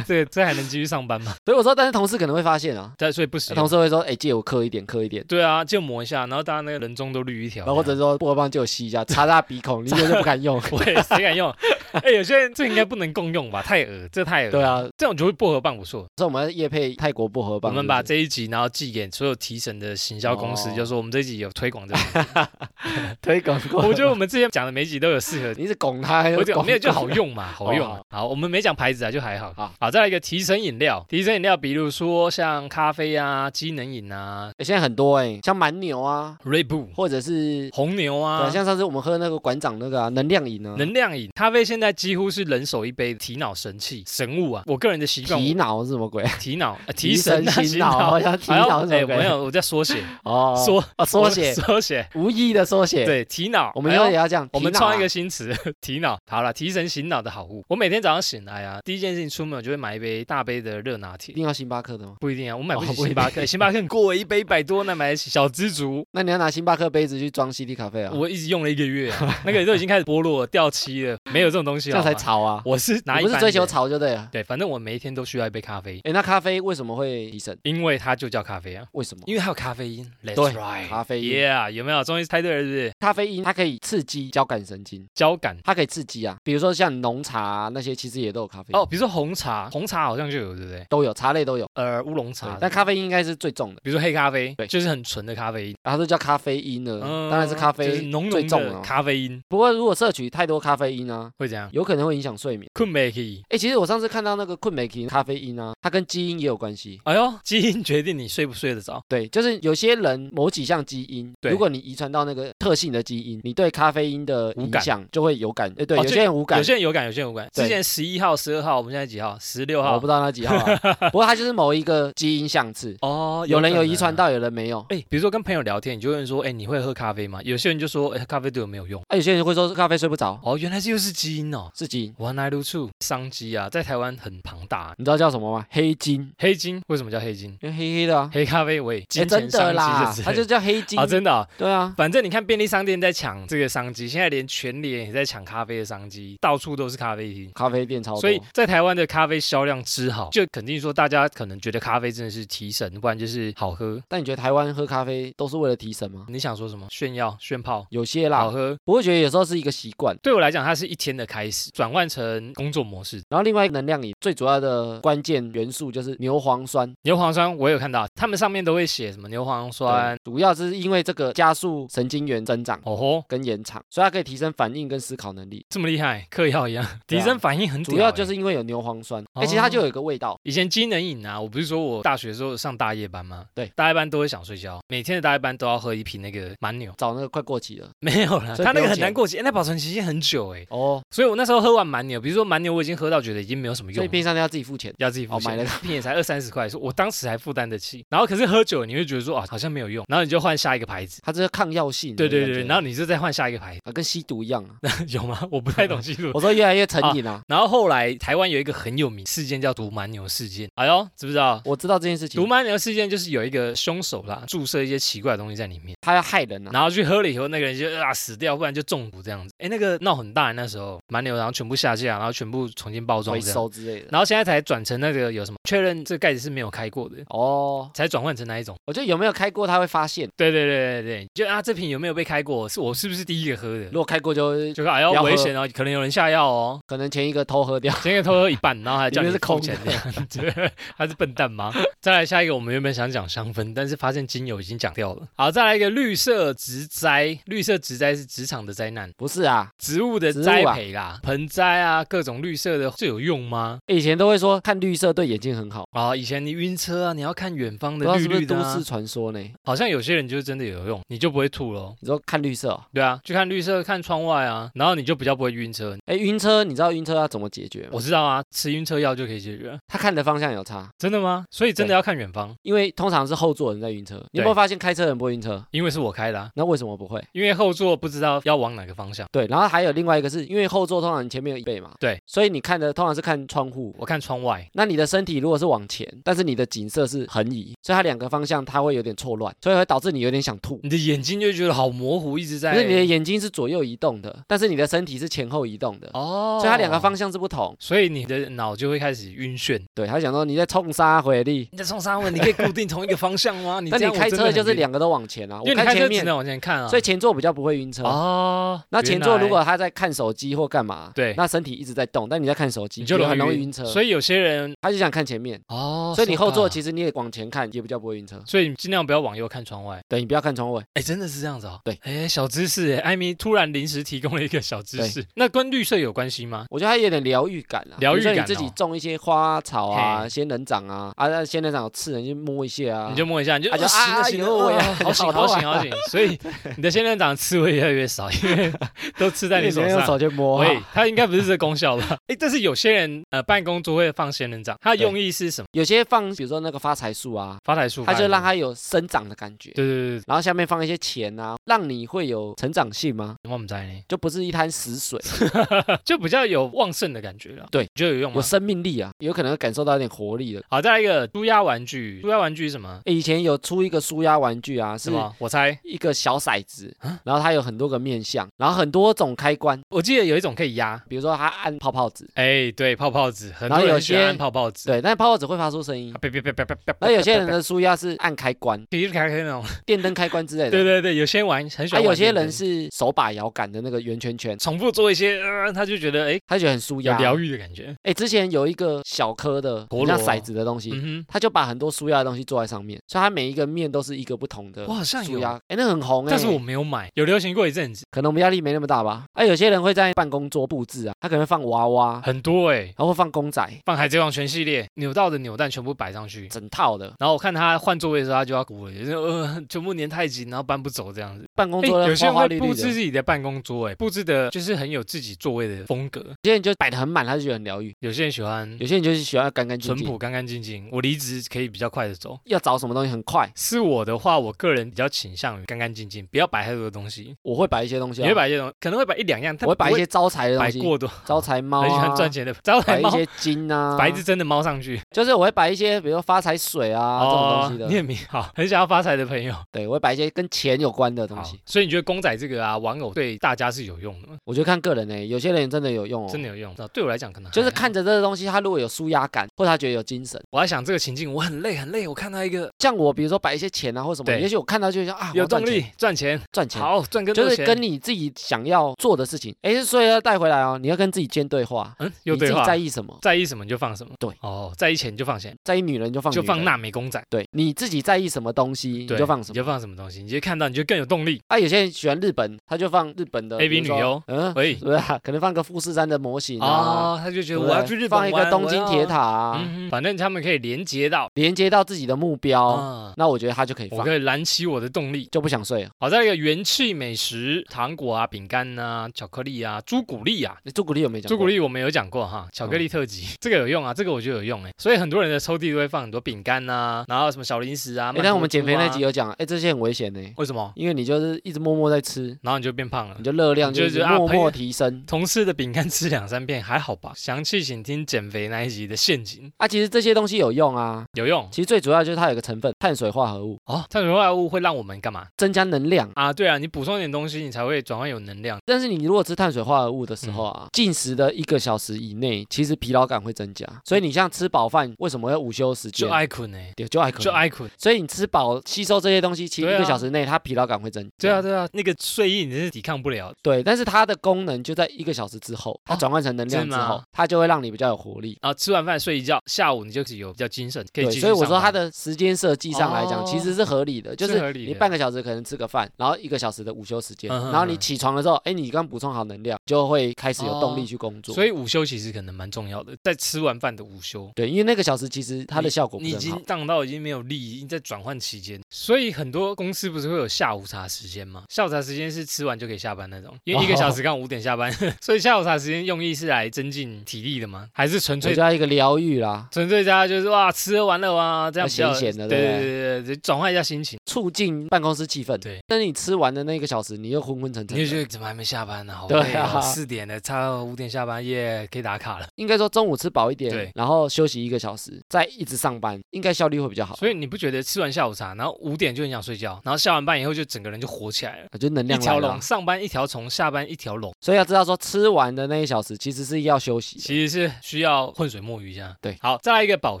S1: 这这还能继续上班吗？[LAUGHS]
S2: [LAUGHS] 所以我说，但是同事可能会发现啊，
S1: 但所以不行。
S2: 同事会说，哎，借我磕一点，磕一点，
S1: 对啊，就磨一下，然后大家那个人中都绿一条
S2: 然
S1: 这样，
S2: 后或者说薄荷棒借我吸一下，插在鼻孔，你就就不
S1: [LAUGHS]
S2: 敢用。
S1: 喂，谁敢用？哎、有些人这应该不能共用吧？太恶，这太恶。
S2: [LAUGHS] 对，啊，
S1: 这种就会薄荷棒不错。
S2: 所以我们夜配泰国薄荷
S1: 我
S2: 棒，
S1: 们把
S2: 是
S1: 这一集然后寄给所有提神的行销公司，
S2: 哦
S1: 就说我们这一集有推广
S2: [LAUGHS]
S1: 这个。
S2: 不是推广过，
S1: 我觉得我们之前讲的每一集都有适合。
S2: [LAUGHS] 你一直拱它，
S1: 我讲
S2: 拱
S1: 没有就好用
S2: [LAUGHS]
S1: 嘛，好用
S2: 好
S1: 啊。好，我们没讲牌子啊，就还好。
S2: 哦好，
S1: 再来一个提神饮料，提神饮料，比如说像咖啡啊、机能饮啊、
S2: 哎现在很多哎，像蛮牛啊，
S1: Red Bull、
S2: 或者是
S1: 红牛
S2: 对啊，
S1: 啊。
S2: 像上次我们喝那个馆长那个啊，能量饮啊，
S1: 能量饮，咖啡现在几乎是人手一杯提脑神器神物啊！我个人的习惯，
S2: 提脑是什么鬼？
S1: [LAUGHS] 提脑、呃
S2: 提
S1: 神、啊、
S2: 醒
S1: 醒
S2: 脑，好像提
S1: 哎
S2: 脑
S1: 呦
S2: 是什么
S1: 哎，
S2: 鬼？
S1: 没有，我在缩写，
S2: 哦，
S1: 缩
S2: 哦缩缩
S1: [LAUGHS]
S2: 写，
S1: 缩写，
S2: 无意义的缩写。，
S1: 对，提脑，
S2: 我们
S1: 哎
S2: 以
S1: 呦
S2: 后也要这样。
S1: 我们
S2: 提脑啊
S1: 创一个新词， [LAUGHS] 提脑。好了，提神醒脑的好物。我每天早上醒来啊，第一件事情出门我就会买一杯大杯的热拿
S2: 一
S1: 铁。
S2: 定要星巴克的吗？
S1: 不一定啊，我买不
S2: 哦
S1: 起
S2: 不一
S1: 星巴克，星巴克很贵，一杯一百多，那买得起小知足。
S2: 那你要拿星巴克杯子去装 CD 咖啡啊？
S1: 我一直用了一个月啊，那个都已经开始剥落了掉漆了，没有这种东西
S2: 这
S1: 了。
S2: 样才
S1: 好吗
S2: 潮啊！
S1: 我是拿一
S2: 你不是
S1: 般
S2: 追求
S1: 的
S2: 潮就对了。
S1: 对，反正我每一天都需要一杯咖啡，
S2: 哎，那咖啡为什么会提神？
S1: 因为它就叫咖啡啊，
S2: 为什么？因为
S1: 因为它有咖啡因。That's
S2: 对
S1: right，
S2: 咖啡因
S1: Yeah，有没有？终于猜对了，是不是？
S2: 咖啡因它可以刺激交感神经，
S1: 交感。
S2: 它可以刺激啊。比如说像浓茶啊那些，其实也都有咖啡因
S1: 哦，比如说红茶，红茶好像就有，对不对？
S2: 都有茶类都有。
S1: 呃，乌龙
S2: 对
S1: 茶，
S2: 但咖啡因应该是最重的，
S1: 比如说黑咖啡，
S2: 对
S1: 就是很纯的咖啡因，
S2: 然后这叫咖啡因了，当然是咖啡。
S1: 嗯就是浓
S2: 最
S1: 浓
S2: 重了啊
S1: 的咖啡因
S2: 不过如果摄取太多咖啡因啊，
S1: 会怎样？
S2: 有可能会影响睡眠。
S1: 困美起，
S2: 哎，其实我上次看到那个困美奇咖啡因啊，它跟基因也有关系。
S1: 哎呦，基因决定你睡不睡得着。
S2: 对，就是有些人某几项基因，
S1: 对
S2: 如果你遗传到那个特性的基因，你对咖啡因的
S1: 无
S2: 影
S1: 感
S2: 响就会有感。哎，对，
S1: 哦
S2: 有
S1: 就
S2: 些人无感
S1: 有，些人有感，有些人无感。
S2: 对
S1: 之前十一号、十二号，我们现在几号？十六
S2: 我
S1: 号
S2: 不。知道那几号啊。不过它就是某一个基因相似，
S1: 哦，
S2: 有人有
S1: 可能
S2: 遗传。到，有人没有。
S1: 哎，比如说跟朋友聊天，你就会问说，哎，你会喝咖啡吗？有些人就说，哎，咖啡对我没有用。
S2: 啊，有些人会说咖啡睡不着，
S1: 哦，原来这又是基因哦。
S2: 是基因。
S1: 原来如此，商机啊，在台湾很庞大。
S2: 你知道叫什么吗？黑金，
S1: 黑金为什么叫黑金？
S2: 因为黑黑的啊。
S1: 黑咖啡为
S2: 哎，
S1: 金
S2: 真
S1: 钱
S2: 的
S1: 商
S2: 啦
S1: 机之，类
S2: 它就叫黑金
S1: 啊，。真的啊。
S2: 对 [LAUGHS] 啊，
S1: 反正你看便利商店在抢这个商机，现在连全联也在抢咖啡的商机，到处都是咖啡厅。
S2: 咖啡店超多。
S1: 所以在台湾的咖啡销量之好，就肯定说大家可能觉得咖啡真的是提神，不然就是好喝。
S2: 但你觉得台湾喝咖啡都是为了提神吗？
S1: 你想说什么？炫耀、炫泡、
S2: 有些
S1: 好
S2: 啦，
S1: 喝？
S2: 不过觉得有时候是一个习惯。
S1: 对我来讲，它是一天的开始，转换成工作模式。
S2: 然后另外一个能量里最主要的关键元素就是牛磺酸，
S1: 牛磺酸我也有看到，他们上面都会写什么牛磺酸，
S2: 对主要是因为这个加速神经元增长
S1: 哦吼，
S2: 跟延长，所以它可以提升反应跟思考能力。
S1: 这么厉害，嗑药一样，
S2: 对
S1: 提
S2: 啊
S1: 神反应很屌欸、欸
S2: 主要就是因为有牛磺酸，而且它就有一个味道，
S1: 以前机能饮啊，我不是说我大学的时候上大夜班吗？
S2: 对
S1: 大夜班都会想睡觉，每天的大夜班都要喝一瓶那个蛮牛。 [LAUGHS]
S2: 找那个快过期了。
S1: 没有啦，
S2: 所以
S1: 它那
S2: 不
S1: 个
S2: 用钱
S1: 很难过期，哎那保存期限很久哎，
S2: 哦，
S1: 所以我那时候喝完蛮牛，比如说蛮牛我已经喝到觉得已经没有什么
S2: 所
S1: 用
S2: 以
S1: 了。
S2: 冰箱要自己付钱。
S1: 要自己付钱，
S2: 哦买了
S1: 一瓶也才二三十块，说我当时还负担得起。然后可是喝酒，你会觉得说啊，好像没有用，然后你就换下一个牌子，
S2: 它这个抗药性的
S1: 对
S2: 感觉，
S1: 对对，然后你就再换下一个牌子，
S2: 啊跟吸毒一样啊。
S1: 有吗？我不太懂记
S2: [LAUGHS]
S1: 录。
S2: 我说越来越成瘾啊，
S1: 然后后来台湾有一个很有名事件叫毒蛮牛事件，哎呦，知不知道？
S2: 我知道这件事情
S1: 毒，蛮牛事件就是有一个凶手啦，注射一些奇怪的东西在里面，
S2: 它要害人啊。
S1: 然后去喝了以后，那个人就啊死掉，不然就中毒这样子。哎，那个闹很大，那时候蛮牛，然后全部下架，然后全部重新包装
S2: 回
S1: 这样，
S2: 收之类的。
S1: 然后现在才转成那个有什么确认这个盖子是没有开过的。
S2: 哦，
S1: 才转换成那一种，
S2: 我觉得有没有开过他会发现，
S1: 对对对对对，就啊这瓶有没有被开过？是我是不是第一个喝的
S2: 如？果开过就
S1: 就说哎呦
S2: 不要喝
S1: 危险哦，可能有人下药哦，
S2: 可能前一个偷喝掉。 [LAUGHS]
S1: 今天偷喝一半，然后还叫
S2: 里
S1: 你
S2: 面是
S1: 付
S2: 空
S1: 钱
S2: 的
S1: 这样子， [LAUGHS] 他是笨蛋吗？再来下一个，我们原本想讲香氛，但是发现精油已经讲掉了。好，再来一个绿色植栽，绿色植栽是职场的灾难，
S2: 不是啊，
S1: 植物的
S2: 植物
S1: 栽
S2: 啊
S1: 培啦，盆栽啊，各种绿色的，这有用吗？
S2: 以前都会说看绿色对眼睛很好，
S1: 啊，以前你晕车啊，你要看远方
S2: 不
S1: 的
S2: 知道
S1: 绿
S2: 是不
S1: 绿
S2: 是
S1: 的
S2: 都
S1: 啊、
S2: 市传说呢？
S1: 好像有些人就是真的有用，你就不会吐咯。
S2: 你说看绿色哦，
S1: 对啊，去看绿色，看窗外啊，然后你就比较不会晕车。
S2: 哎，晕车，你知道晕车要怎么解决吗？
S1: 我知道啊，吃晕车药就可以解决，
S2: 他看的方向有差，
S1: 真的吗？所以真的
S2: 对
S1: 要看远方，
S2: 因为通常是后座人在晕车，你有没有发现开车人不会晕车？
S1: 因为是我开的、啊，
S2: 那为什么不会？
S1: 因为后座不知道要往哪个方向。
S2: 对，然后还有另外一个是因为后座通常你前面有椅背嘛，
S1: 对，
S2: 所以你看的通常是看窗户。
S1: 我看窗外，
S2: 那你的身体如果是往前，但是你的景色是横移，所以它两个方向它会有点错乱，所以会导致你有点想吐。
S1: 你的眼睛就觉得好模糊，一直在。
S2: 可是你的眼睛是左右移动的，但是你的身体是前后移动的，
S1: 哦，
S2: 所以它两个方，向是不同。
S1: 所以你的脑就会开始晕眩。
S2: 对，他想说你在冲杀回力，
S1: 你在冲三文，你可以固定同一个方向 [LAUGHS] 吗？你
S2: 那
S1: 这样
S2: 你
S1: 我
S2: 开
S1: 真的
S2: 车
S1: 很
S2: 就是
S1: 晕，
S2: 两个都往前啊，
S1: 因为
S2: 我
S1: 你
S2: 看
S1: 开车只
S2: 前面，
S1: 能往前看啊。
S2: 所以前座比较不会晕车。
S1: 哦，
S2: 那前座如
S1: 原来
S2: 果他在看手机或干嘛，
S1: 对
S2: 那身体一直在动，但你在看手机，
S1: 你就
S2: 也很容
S1: 容
S2: 易晕车，
S1: 所以有些人
S2: 他就想看前面，
S1: 哦，
S2: 所以你后座
S1: 是
S2: 其实你也往前看，也比较不会晕车
S1: 吧，。所以你尽量不要往右看窗外。
S2: 对，你不要看窗外，
S1: 哎，真的是这样子哦。
S2: 对，
S1: 哎，小知识，哎，艾米突然临时提供了一个小知识，那跟绿色有关系吗？
S2: 我觉得它有点疗愈感啊，
S1: 疗愈感哦
S2: 比如说你自己种一些花草啊，
S1: 嘿
S2: 仙人掌啊，啊，那仙人掌有刺，你去摸一下啊，
S1: 你就摸一下，你就
S2: 啊就
S1: 哦行了
S2: 啊
S1: 行了，
S2: 有
S1: 哦
S2: 我呀
S1: 好醒
S2: 好
S1: 好
S2: 痛
S1: 醒
S2: 啊
S1: 好醒。所以你的仙人掌刺会越来越少，因为都刺在你手
S2: 你用
S1: 上。
S2: 手去摸啊，
S1: 喂，它应该不是这功效吧？哎，但是有些人呃办公桌会放仙人掌，它的
S2: 对
S1: 用意是什么？
S2: 有些放，比如说那个发财树啊，
S1: 发财树，
S2: 它就让
S1: 他
S2: 它有生长的感觉。
S1: 对对对
S2: 然后下面放一些钱啊，让你会有成长性吗？
S1: 对，我们在呢，
S2: 就不是一滩死水，
S1: [LAUGHS] 就比较有旺盛的感觉了。
S2: 对
S1: 你觉得有用吗
S2: 有？生命力啊，有可能会感受到一点活力的。
S1: 好，再来一个猪压玩具，猪压玩具是什么？
S2: 诶以前有出一个舒压玩具啊，
S1: 什
S2: 是
S1: 么？我猜，
S2: 一个小骰子，
S1: 啊
S2: 然后它有很多个面相，然后很多种开关，
S1: 我记得有一种可以压，
S2: 比如说它按泡泡纸，
S1: 哎，对，泡泡纸，很
S2: 然后
S1: 多人
S2: 有
S1: 喜欢
S2: 些
S1: 按泡泡纸，
S2: 对，但泡泡纸会发出声音
S1: [LAUGHS] 啊，。别别别别别别，
S2: 然后有些人的舒压是按开关，
S1: 体育开开那种，
S2: 电灯开关之类
S1: 对
S2: 的。
S1: 对对，有些人玩很喜
S2: 啊，
S1: 欢玩电灯，
S2: 有些人是手把摇杆的那个圆圈圈，
S1: 重复做一些，呃他就觉得哎，
S2: 他觉得很舒
S1: 有
S2: 压。
S1: 疗愈的感觉。
S2: 哎，之前有一个小颗的，
S1: 陀螺
S2: 很像骰子的东西，
S1: 嗯
S2: 他就把很多舒压的东西做在上面，所以它每一个面都是一个不同的
S1: 哼，我好像
S2: 舒
S1: 有，
S2: 压。哎，那很红哎，
S1: 但是我没有买，有流行过一阵子，
S2: 可能我们压力没那么大吧。哎，有些人会在办公桌布置啊，他可能会放娃娃，
S1: 很多哎，
S2: 然后会放公仔，
S1: 放海贼王全系列，扭到的扭蛋全部摆上去。
S2: 整套的。
S1: 然后我看他换座位的时候，他就要哭了，就是呃，全部粘太紧，然后搬不走这样子。
S2: 办公
S1: 诶
S2: 桌
S1: 哎有
S2: 的
S1: 些人
S2: 花花
S1: 会
S2: 绿绿
S1: 布
S2: 的，
S1: 置自己的办公桌，哎，布置的就是很有自己座位的风格。
S2: 有些人就摆得很满，他就觉得很疗愈；
S1: 有些人喜欢
S2: 有些人就是喜欢干干净
S1: 淳
S2: 净
S1: 朴、，干干净净。我离职可以比较快的走。
S2: 要找什么东西很快。
S1: 是我的话，我个人比较倾向于干干净净，不要摆太多的东西。
S2: 我会摆一些东西、
S1: 你
S2: 啊，
S1: 会摆一些东西，可能会摆一两样，但
S2: 我会摆一
S1: 不
S2: 些招财的东
S1: 摆
S2: 西，
S1: 过多。
S2: 招财猫、啊，
S1: [LAUGHS] 很喜欢赚钱的，招
S2: 摆
S1: 财
S2: 一
S1: 猫，
S2: 些金啊，
S1: [LAUGHS] 摆一只真的猫上去。哦
S2: 就是我会摆一些，比如说发财水啊、这种东
S1: 你
S2: 西的，
S1: 也明 [LAUGHS] 好，很想要发财的朋友。
S2: 对，我会摆一些跟钱有关的东
S1: 好
S2: 西。，
S1: 所以你觉得公仔这个啊，玩偶对大家是有用的吗？
S2: 我觉得看个人呢、有些人真的有用哦，
S1: 真的哎有用。那对我来讲，可能
S2: 就是
S1: 还好
S2: 看着这个东西，他如果有舒压感，或者他觉得有精神。
S1: 我在想这个情境，我很累很累，我看到一个
S2: 像我，比如说摆一些钱啊或什么，
S1: 对
S2: 也许我看到就想啊，我要
S1: 有动
S2: 赚
S1: 力
S2: 钱
S1: 赚钱，
S2: 赚钱。
S1: 好赚更
S2: 就
S1: 多
S2: 是
S1: 钱，
S2: 跟你自己想要做的事情，哎，所以要带回来哦。你要跟自己间对话，
S1: 嗯有
S2: 你
S1: 对
S2: 自己
S1: 话
S2: 在，意什么？
S1: 在意什么你就放什么。
S2: 对
S1: 哦，在意钱就放钱，
S2: 在意女人就放
S1: 就
S2: 女
S1: 放
S2: 人
S1: 纳美公仔。
S2: 对，你自己在意什么东西，你
S1: 对
S2: 就放
S1: 你
S2: 什么。
S1: 就放什么东西，你就看到你就更有动力。
S2: 啊，有些人喜欢日本，他就放日本的
S1: AV
S2: 比如说
S1: 女优
S2: 嗯， [LAUGHS]
S1: 喂
S2: 是不是啊？可能放个富士山的模型啊，
S1: 哦，他就觉
S2: 对
S1: 得
S2: 不
S1: 我
S2: 对
S1: 要去日本
S2: 放一
S1: 玩
S2: 个东京铁，
S1: 我要
S2: 塔啊，
S1: 嗯哼反正他们可以连接到
S2: 连接到自己的目标，
S1: 啊，
S2: 那我觉得他就可以
S1: 我
S2: 哦放，
S1: 可以燃起我的动力。
S2: 就不想睡了。
S1: 好，再来一个元气美食，糖果啊、饼干啊、巧克力啊、朱古力啊。
S2: 你朱古力有没有讲过？嗯
S1: 朱古力我们有讲过哈，巧克力特辑、这个有用啊，这个我觉得有用哎，所以很多人的抽屉都会放很多饼干呐、然后什么小零食啊。
S2: 诶，但我们减肥那集
S1: 集
S2: 有讲，哎，这些很危险呢，
S1: 为什么？
S2: 因为你就是一直默默在吃，
S1: 然后你就变胖了
S2: 你。就热量
S1: 你嗯就
S2: 就
S1: 觉
S2: 是
S1: 得啊
S2: 默
S1: 朋友
S2: 默提升。
S1: 同事的饼干吃两三片还好吧？详细请听减肥那一集的陷阱，
S2: 啊，其实这些东西有用啊。
S1: 有用
S2: 其实最主要就是它有个成分碳水化合物，
S1: 哦。碳水化合物会让我们干嘛
S2: 增加能量。
S1: 啊？对啊，你补充一点东西，你才会转换有能量。
S2: 但是你如果吃碳水化合物的时候
S1: 嗯
S2: 啊，进食的一个小时以内，其实疲劳感会增加。所以你像吃饱饭，为什么要午休时间
S1: 就？爱困哎，
S2: 对，就爱可
S1: 就。爱困。
S2: 所以你吃饱吸收这些东西，其实
S1: 对啊
S2: 一个小时内它疲劳感会增加。
S1: 对啊，对啊，那个睡意你真是抵抗不了。
S2: 对，但是它的功能就在一个小时之后，它转换成能量
S1: 哦
S2: 之
S1: 真的
S2: 后
S1: 吗，
S2: 它就会让你比较有活力。
S1: 然后吃完饭睡一觉，下午你就是有比较精神，可以
S2: 对
S1: 继，续
S2: 所以我
S1: 上
S2: 说
S1: 班
S2: 它的时间设计上来讲，
S1: 哦
S2: 其实是合理的，就是
S1: 合
S2: 是
S1: 理
S2: 你
S1: 的
S2: 半个小时可能吃个饭，然后一个小时的午休时间，
S1: 嗯哼
S2: 然后你
S1: 哼
S2: 起床的时候，哎，你刚补充好能量，就会开始有动
S1: 哦
S2: 力去工作。
S1: 所以午休其实可能蛮重要的，在吃完饭的午休，
S2: 对，因为那个小时其实它的效果不
S1: 你
S2: 是
S1: 已
S2: 很好
S1: 经。荡到已经没有力，已经在转换期间。所以很多公司不是会有下午茶时间吗？下午茶时间是吃完就可以下班那种，因为一个小
S2: 哦
S1: 时刚好五点下班， [LAUGHS] 所以下午茶时间用意是来增进体力的吗？还是纯
S2: 我
S1: 粹
S2: 就？要一个疗愈啦，
S1: 纯粹大家就是哇，吃喝玩乐啊，这样比较
S2: 闲闲的
S1: 对
S2: 对不
S1: 对
S2: 对
S1: 对对对，转换一下心情。
S2: 促进办公室气氛。
S1: 对，
S2: 但是你吃完的那个小时，你又昏昏沉沉
S1: 你就觉
S2: 的。
S1: 得怎么还没下班呢、好
S2: 对
S1: 累哦，
S2: 啊
S1: 四点了，差不多五点下班，耶、可以打卡了。
S2: 应该说中午吃饱一
S1: 对
S2: 点，然后休息一个小时，再一直上班，应该效率会比较好。
S1: 所以你不觉得吃完下午茶，然后五点就很想睡觉，然后下完班以后就整个人就火起来了？
S2: 啊就能
S1: 一
S2: 量来
S1: 条
S2: 了
S1: 龙，，上班一条虫，下班一条龙，
S2: 所以要知道说吃完的那一小时其实是要休息的。
S1: 其实是需要浑水摸鱼一下。
S2: 对
S1: 好，再来一个保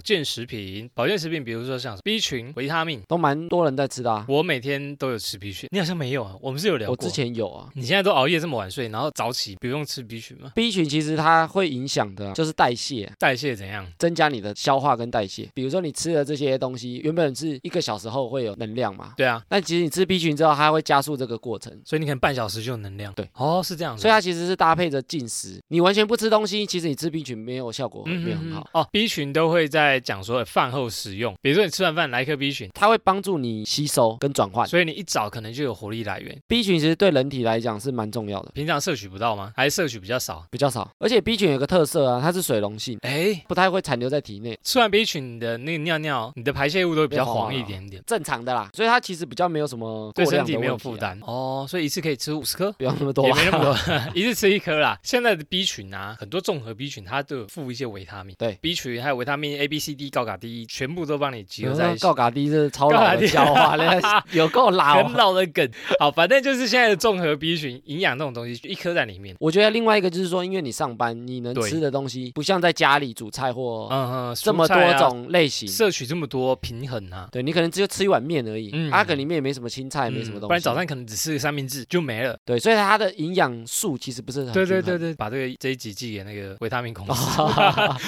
S1: 健食品，保健食品，比如说像 B 群、维他命，
S2: 都蛮多人在吃的啊。
S1: 我每天都有吃 B 群，你好像没有啊，我们是有聊
S2: 我
S1: 过。
S2: 之前有啊。
S1: 你现在都熬夜这么晚睡，然后早起不用吃 B 群吗？
S2: B 群其实它会影响的啊就是代谢，
S1: 代谢怎样？
S2: 增加你的消化跟代谢。比如说你吃了这些东西，原本是一个小时后会有能量嘛，
S1: 对啊，
S2: 但其实你吃 B 群之后，它会会加速这个过程。
S1: 所以你可能半小时就有能量。
S2: 对，
S1: 哦，是这样子。
S2: 所以它其实是搭配着进食，你完全不吃东西，其实你吃 B 群没有效果，没有很好。
S1: 哦，B 群都会在讲说呃饭后使用，比如说你吃完饭来一颗 B 群，
S2: 它会帮助你吸收跟转换
S1: 所以你一早可能就有活力来源，
S2: B 群，其实对人体来讲是蛮重要的，
S1: 平常摄取不到吗？还是摄取比较少？
S2: 比较少。而且 B 群有个特色啊，它是水溶性，
S1: 哎，
S2: 不太会残留在体内，
S1: 吃完 B 群，你的那个尿尿，你的排泄物都会比较黄一点点，
S2: 正常的啦。所以它其实比较没有什么
S1: 对
S2: 过量
S1: 身
S2: 的
S1: 体没有
S2: 问题
S1: 负
S2: 啊，
S1: 担。哦，所以一次可以吃五十颗。
S2: 不要那么多啊
S1: 也
S2: 吧。
S1: 没那么多，
S2: [LAUGHS]
S1: 一次吃一颗啦。现在的 B 群啊，很多综合 B 群它都有附一些维他命，
S2: 对嗯
S1: ，B 群还有维他命 A、B、C、D、高卡 D，全部都帮你集合
S2: 有
S1: 在
S2: 那
S1: 一起。
S2: 告嘎嗯迪是超老
S1: 告嘎
S2: 的
S1: 迪
S2: 笑
S1: [LAUGHS]
S2: 话了，有够老啊
S1: 很。老的梗，好，反正就是现在的综合 B 群营养那种东西，一颗在里面。
S2: 我觉得另外一个就是说，因为你上班，你能
S1: 对
S2: 吃的东西不像在家里煮菜或
S1: 嗯嗯，
S2: 哦这么
S1: 蔬
S2: 多
S1: 菜啊
S2: 种类型，
S1: 摄取这么多平衡啊，
S2: 对你可能只有吃一碗面而已，啊
S1: 嗯
S2: 阿、可能里面也没什么青菜，没什么
S1: 嗯
S2: 东西，
S1: 不然早上可能只吃个三明治就没了。
S2: 对，所以它的营养素其实不啊是很
S1: 对对对
S2: 对。
S1: 对，把这个这一集寄给那个维他命公
S2: [LAUGHS]
S1: 司，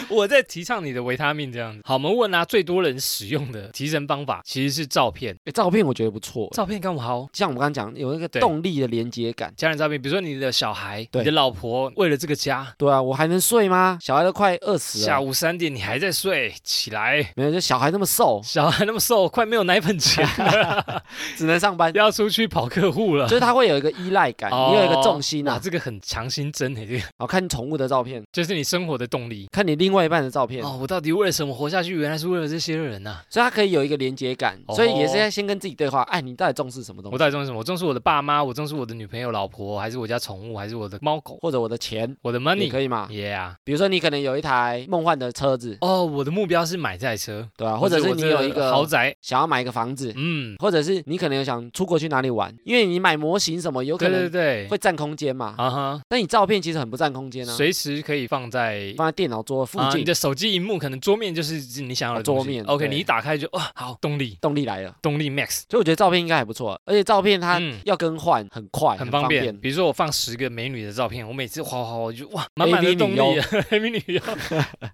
S1: 我在提倡你的维他命这样子。好，我们问啊，最多人使用的提神方法其实是照片，
S2: 诶照片我哦觉得不错，
S1: 照片刚好。
S2: 像我们刚刚讲有那个
S1: 对
S2: 动力的连接感。
S1: 家人照片，比如说你的小孩、
S2: 对
S1: 你的老婆，为了这个家，
S2: 对啊，我还能睡吗？小孩都快饿死
S1: 下
S2: 了，
S1: 午三点你还在睡，起来，
S2: 没有，就小孩那么瘦，
S1: 小孩那么瘦，快没有奶粉
S2: [LAUGHS]
S1: 钱了，
S2: 只能上班，
S1: 要出去跑客户了 [LAUGHS]
S2: 就。是他会有一个依赖感，
S1: 哦
S2: 你有一个重心
S1: 哇，
S2: 啊。
S1: 这个很强心针欸诶，这个
S2: 好看宠物的照片，
S1: 就是你生活的动力。
S2: 看你另外一半的照片，
S1: 哦，我到底为了什么活下去？原来是为了这些人呐、啊
S2: 所以他可以有一个连接感，
S1: 哦
S2: 所以也是要先跟自己对话，哎，你到底重视什么东
S1: 我
S2: 西？
S1: 到底重视什么？我重视我的爸妈，我重视我的女朋友、老婆，还是我家宠物，还是我的猫狗，
S2: 或者我的钱，
S1: 我的
S2: 你
S1: money？
S2: 可以吗？
S1: Yeah，
S2: 比如说你可能有一台梦幻的车子，
S1: 哦，我的目标是买这台车，
S2: 对啊吧、或者是
S1: 哦我
S2: 你
S1: 这
S2: 有一个
S1: 豪宅，
S2: 想要买一个房子，
S1: 嗯，
S2: 或者是你可能有想出国去哪里玩，因为你买模型什么有可
S1: 对对
S2: 能
S1: 对，
S2: 会占空间嘛。
S1: 啊哈，
S2: 但你照片其实很不占空间啊，
S1: 随时可以放在
S2: 放在电脑桌附
S1: 啊你
S2: 近，
S1: 的手机荧幕，可能桌面就是你想要的
S2: 啊桌
S1: 东西
S2: 面
S1: OK，
S2: 对
S1: 你一打开就哇，好，动力，
S2: 动力来了。
S1: 动力 max，
S2: 所以我觉得照片应该还不错，而且照片它
S1: 嗯
S2: 要更换很快，
S1: 很
S2: 方
S1: 方便。比如说我放十个美女的照片，我每次哗哗，我就哇，满满
S2: AV
S1: 的动
S2: 女
S1: 力
S2: 优
S1: [LAUGHS] 啊，黑美女
S2: [LAUGHS]
S1: 优。呃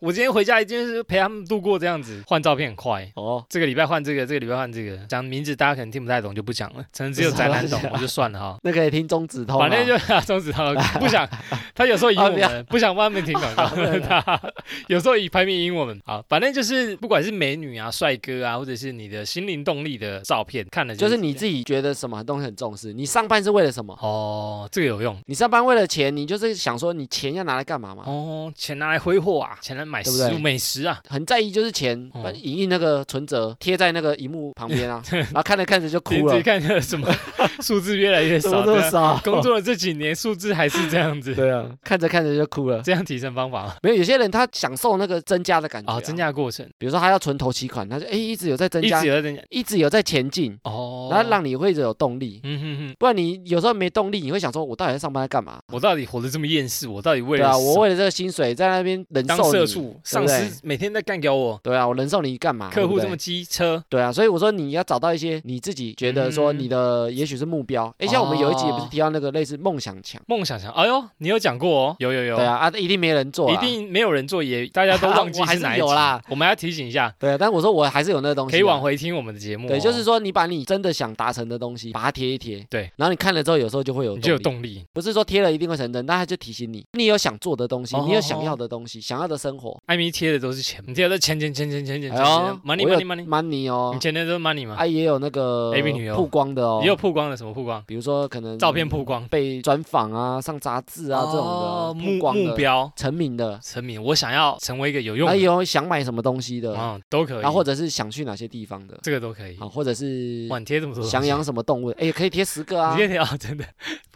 S1: 我今天回家一定是陪他们度过这样子，换照片很快。
S2: 哦，
S1: 这个礼拜换这个，这个礼拜换这个，讲名字大家可能听不太懂，就不讲了，可能只有
S2: 不是啊
S1: 宅男懂
S2: 不是，啊
S1: 我就算了哈。
S2: 那可以听中指通啊，
S1: 反正就 [LAUGHS] 中指他不想，
S2: [LAUGHS]
S1: 他有时候赢我们，不想帮他们听广告， [LAUGHS] 他有时候以排名赢我们。好，反正就是不管是美女啊、帅哥啊，或者是你的心灵动力的照片，看了
S2: 就是你自己觉得什么东西很重视，你上班是为了什么？
S1: 哦，这个有用。
S2: 你上班为了钱，你就是想说你钱要拿来干嘛嘛？
S1: 哦，钱拿来挥霍啊，钱来买
S2: 啊对
S1: 食
S2: 不
S1: 物、
S2: 对
S1: 美食啊，
S2: 很在意就是钱，
S1: 哦
S2: 把影印那个存折贴在那个荧幕旁边
S1: [LAUGHS]
S2: 啊，然后看着看着就
S1: 你
S2: 哭
S1: 自己
S2: 了，
S1: 看看什么 [LAUGHS] 数字越来越
S2: [LAUGHS] 怎么
S1: 少，
S2: 这
S1: 对
S2: 么
S1: 啊
S2: 少？
S1: 工作了这几年数字还是这样子，
S2: [LAUGHS] 对啊，看着看着就哭了。
S1: 这样提升方法吗？
S2: 没有，有些人他享受那个增加的感觉
S1: 啊，增，加的过程
S2: 比如说他要存头期款，他就哎一直有在增
S1: 一
S2: 加
S1: 直，有在增加
S2: 一直有在前进，
S1: 哦，
S2: 然后让你会有动力。
S1: 嗯哼哼，
S2: 不然你有时候没动力，你会想说，我到底在上班在干嘛？
S1: 我到底活得这么厌世，我到底为
S2: 对
S1: 了
S2: 啊，我
S1: 什么
S2: 为了这个薪水在那边忍
S1: 当
S2: 受
S1: 社
S2: 你。
S1: 畜，上司每天在干掉我，
S2: 对啊，我忍受你干嘛？
S1: 客户
S2: 对不对
S1: 这么机车，
S2: 对啊，所以我说你要找到一些你自己觉得说
S1: 嗯
S2: 你的也许是目标。哎，像我们有一集也不是
S1: 哦
S2: 提到那个类似梦想墙？
S1: 梦想想，哎呦，你有讲过哦，有有有，
S2: 对啊，啊，一定没人做啊，
S1: 一定没有人做，也大家都忘记
S2: [LAUGHS] 我还是
S1: 哪一
S2: 有
S1: 集
S2: 啦，
S1: 我们要提醒一下，
S2: 对啊。但我说我还是有那个东西啊，
S1: 可以往回听我们的节目哦，
S2: 对，就是说你把你真的想达成的东西，把它贴一贴，
S1: 对，
S2: 然后你看了之后，有时候就会有
S1: 你就有
S2: 动力，
S1: 动力。
S2: 不是说贴了一定会成真，但它就提醒你，你有想做的东西，
S1: 哦
S2: 你有想要的东西，想要的生活，哎
S1: 艾米贴的都是钱，你贴的都是钱钱钱钱钱钱钱钱
S2: 我
S1: ，money
S2: 有
S1: money money，
S2: money
S1: 你
S2: 哦，
S1: 前天都是 money 吗？
S2: 啊，也有那个
S1: AV 女优
S2: 曝光的哦，
S1: 也有曝光的，什么曝光？
S2: 比如说可能
S1: 照片曝光
S2: 被专访啊、上杂志嗯啊这
S1: 哦
S2: 种的曝
S1: 目
S2: 光
S1: 目
S2: 的、哎
S1: 标
S2: 成名的，
S1: 成名，我想要成为一个有用
S2: 还
S1: 的，
S2: 有想买什么东西的，
S1: 啊，都可以，
S2: 然后或者是想去哪些地方的，
S1: 这个都可以。
S2: 啊，或者是
S1: 哇，你贴这么多东西，
S2: 想养什么动物，哎，可以贴十个啊
S1: 你，贴条真的，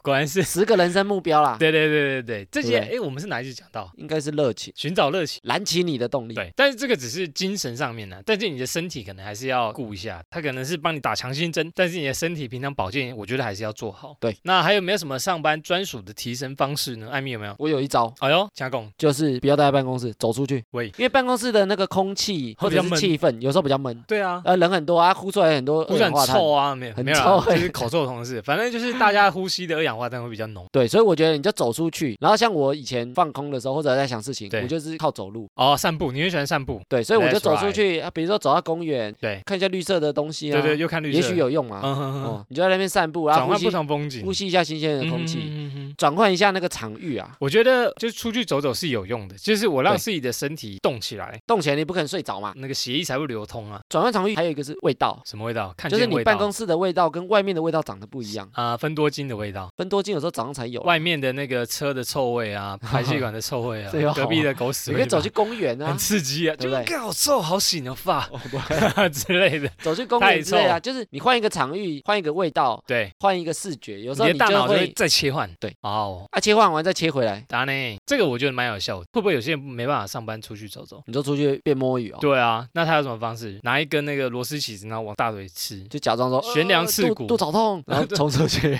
S1: 果然
S2: [LAUGHS]
S1: 是，
S2: 十个人生目标啦，
S1: 对对对对对，这些
S2: 对不
S1: 哎，我们是哪一集讲到？
S2: 应该是热情。
S1: 寻找乐趣。
S2: 燃起你的动力。
S1: 对，但是这个只是精神上面呢、但是你的身体可能还是要顾一下，它可能是帮你打强心针，但是你的身体平常保健，我觉得还是要做好。
S2: 对，
S1: 那还有没有什么上班专属的提升方式呢？艾米有没有？
S2: 我有一招，
S1: 哎呦，加工
S2: 就是不要待在办公室，走出去。
S1: 喂
S2: 因为办公室的那个空气或
S1: 会比
S2: 者
S1: 较
S2: 是
S1: 闷
S2: 气氛有时候比较闷，
S1: 对啊，
S2: 呃，人很多啊，呼出来很多
S1: 呼
S2: 二
S1: 吸
S2: 氧
S1: 很
S2: 化碳。
S1: 臭啊，没有
S2: 很
S1: 没有啦，
S2: 臭欸 [LAUGHS]
S1: 就是口臭的同事，反正就是大家呼吸的二氧氧化碳会比较浓。
S2: 对，所以我觉得你就走出去，然后像我以前放空的时候，或者在想事情，
S1: 对
S2: 我就是靠走路。
S1: 哦，散步，你会喜欢散步？
S2: 对，所以我就
S1: That's
S2: 走出去，啊比如说走到公园，
S1: 对，
S2: 看一下绿色的东西啊，
S1: 对对，又看绿色，
S2: 也许有用嘛。
S1: 嗯，嗯嗯嗯，
S2: 哦，你就在那边散步，然
S1: 转
S2: 后
S1: 换
S2: 呼吸
S1: 不同风景，
S2: 呼吸一下新鲜的空
S1: 嗯
S2: 气，
S1: 嗯嗯嗯嗯
S2: 转换一下那个场域啊。
S1: 我觉得就是出去走走是有用的，就是我让
S2: 对
S1: 自己的身体动起来，
S2: 动起来你不可能睡着嘛。
S1: 那个血液才会流通啊。
S2: 转换场域还有一个是味道，
S1: 什么味道？看
S2: 就
S1: 见
S2: 是你
S1: 味道
S2: 办公室的味道跟外面的味道长得不一样。
S1: 啊、分多精的味道，
S2: 分多金有时候早上才有，啊
S1: 外面的那个车的臭味
S2: [LAUGHS]
S1: 啊，排气管的臭味啊，
S2: 这哦有好
S1: 隔壁的狗屎
S2: 你
S1: 味，
S2: 可以走去公园
S1: 很
S2: 啊，
S1: 刺激啊，
S2: 对
S1: 就
S2: 不对
S1: 是
S2: 哦
S1: 好臭，好醒啊，
S2: [LAUGHS]
S1: 发 [LAUGHS] 之类的。
S2: 走去公园之类啊，就是你换一个场域，换一个味道，
S1: 对，
S2: 换一个视觉，有时候
S1: 你的
S2: 你
S1: 大
S2: 就
S1: 脑就会
S2: 会
S1: 再切换。
S2: 对，
S1: 哦，
S2: 啊切换完再切回来，
S1: 达呢，这个我觉得蛮有效的。会不会有些人没办法上班出去走走？
S2: 你就出去变摸鱼哦，
S1: 对啊，那他有什么方式？拿一根那个螺丝起子，然后往大腿吃，
S2: 就假装说
S1: 悬梁刺
S2: 呃
S1: 股
S2: 肚肚绞痛，
S1: [LAUGHS]
S2: 然后冲出去，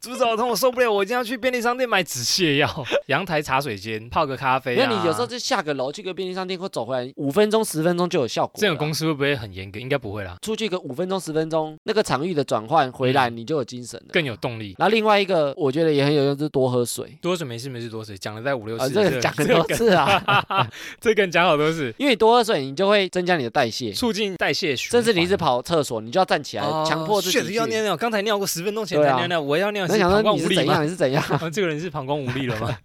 S1: 肚子好痛，我受不了，我一定要去便利商店买止泻药。 [LAUGHS] 阳台茶水间泡个咖啡、
S2: 因为
S1: 啊。
S2: 你有时候就下个楼去个便利商店或走回来，五分钟十分钟就有效果了啊。
S1: 这种公司会不会很严格？应该不会啦，
S2: 出去个五分钟十分钟，那个场域的转换回来，你就有精神了。
S1: 嗯更有动力。
S2: 然后另外一个我觉得也很有用，就是多喝水。
S1: 多水没事没事多水，哦讲了在五六
S2: 啊，
S1: 次，
S2: 这个讲很多次啊，
S1: [LAUGHS] 这跟讲好多次，
S2: 因为你多喝水，你就会增加你的代谢，
S1: 促进代谢循环。
S2: 甚至你一直跑厕所，你就要站起来，强迫自己
S1: 哦确实
S2: 去
S1: 要尿尿，刚才尿过十分钟前
S2: 对
S1: 才
S2: 啊
S1: 尿尿，我要尿
S2: 那
S1: 是
S2: 想
S1: 膀
S2: 说
S1: 胱
S2: 你
S1: 无
S2: 是
S1: 力
S2: 怎
S1: 吗？
S2: 样？你是怎样？ [LAUGHS]
S1: 啊 [LAUGHS] 这个人是膀胱无力了吗？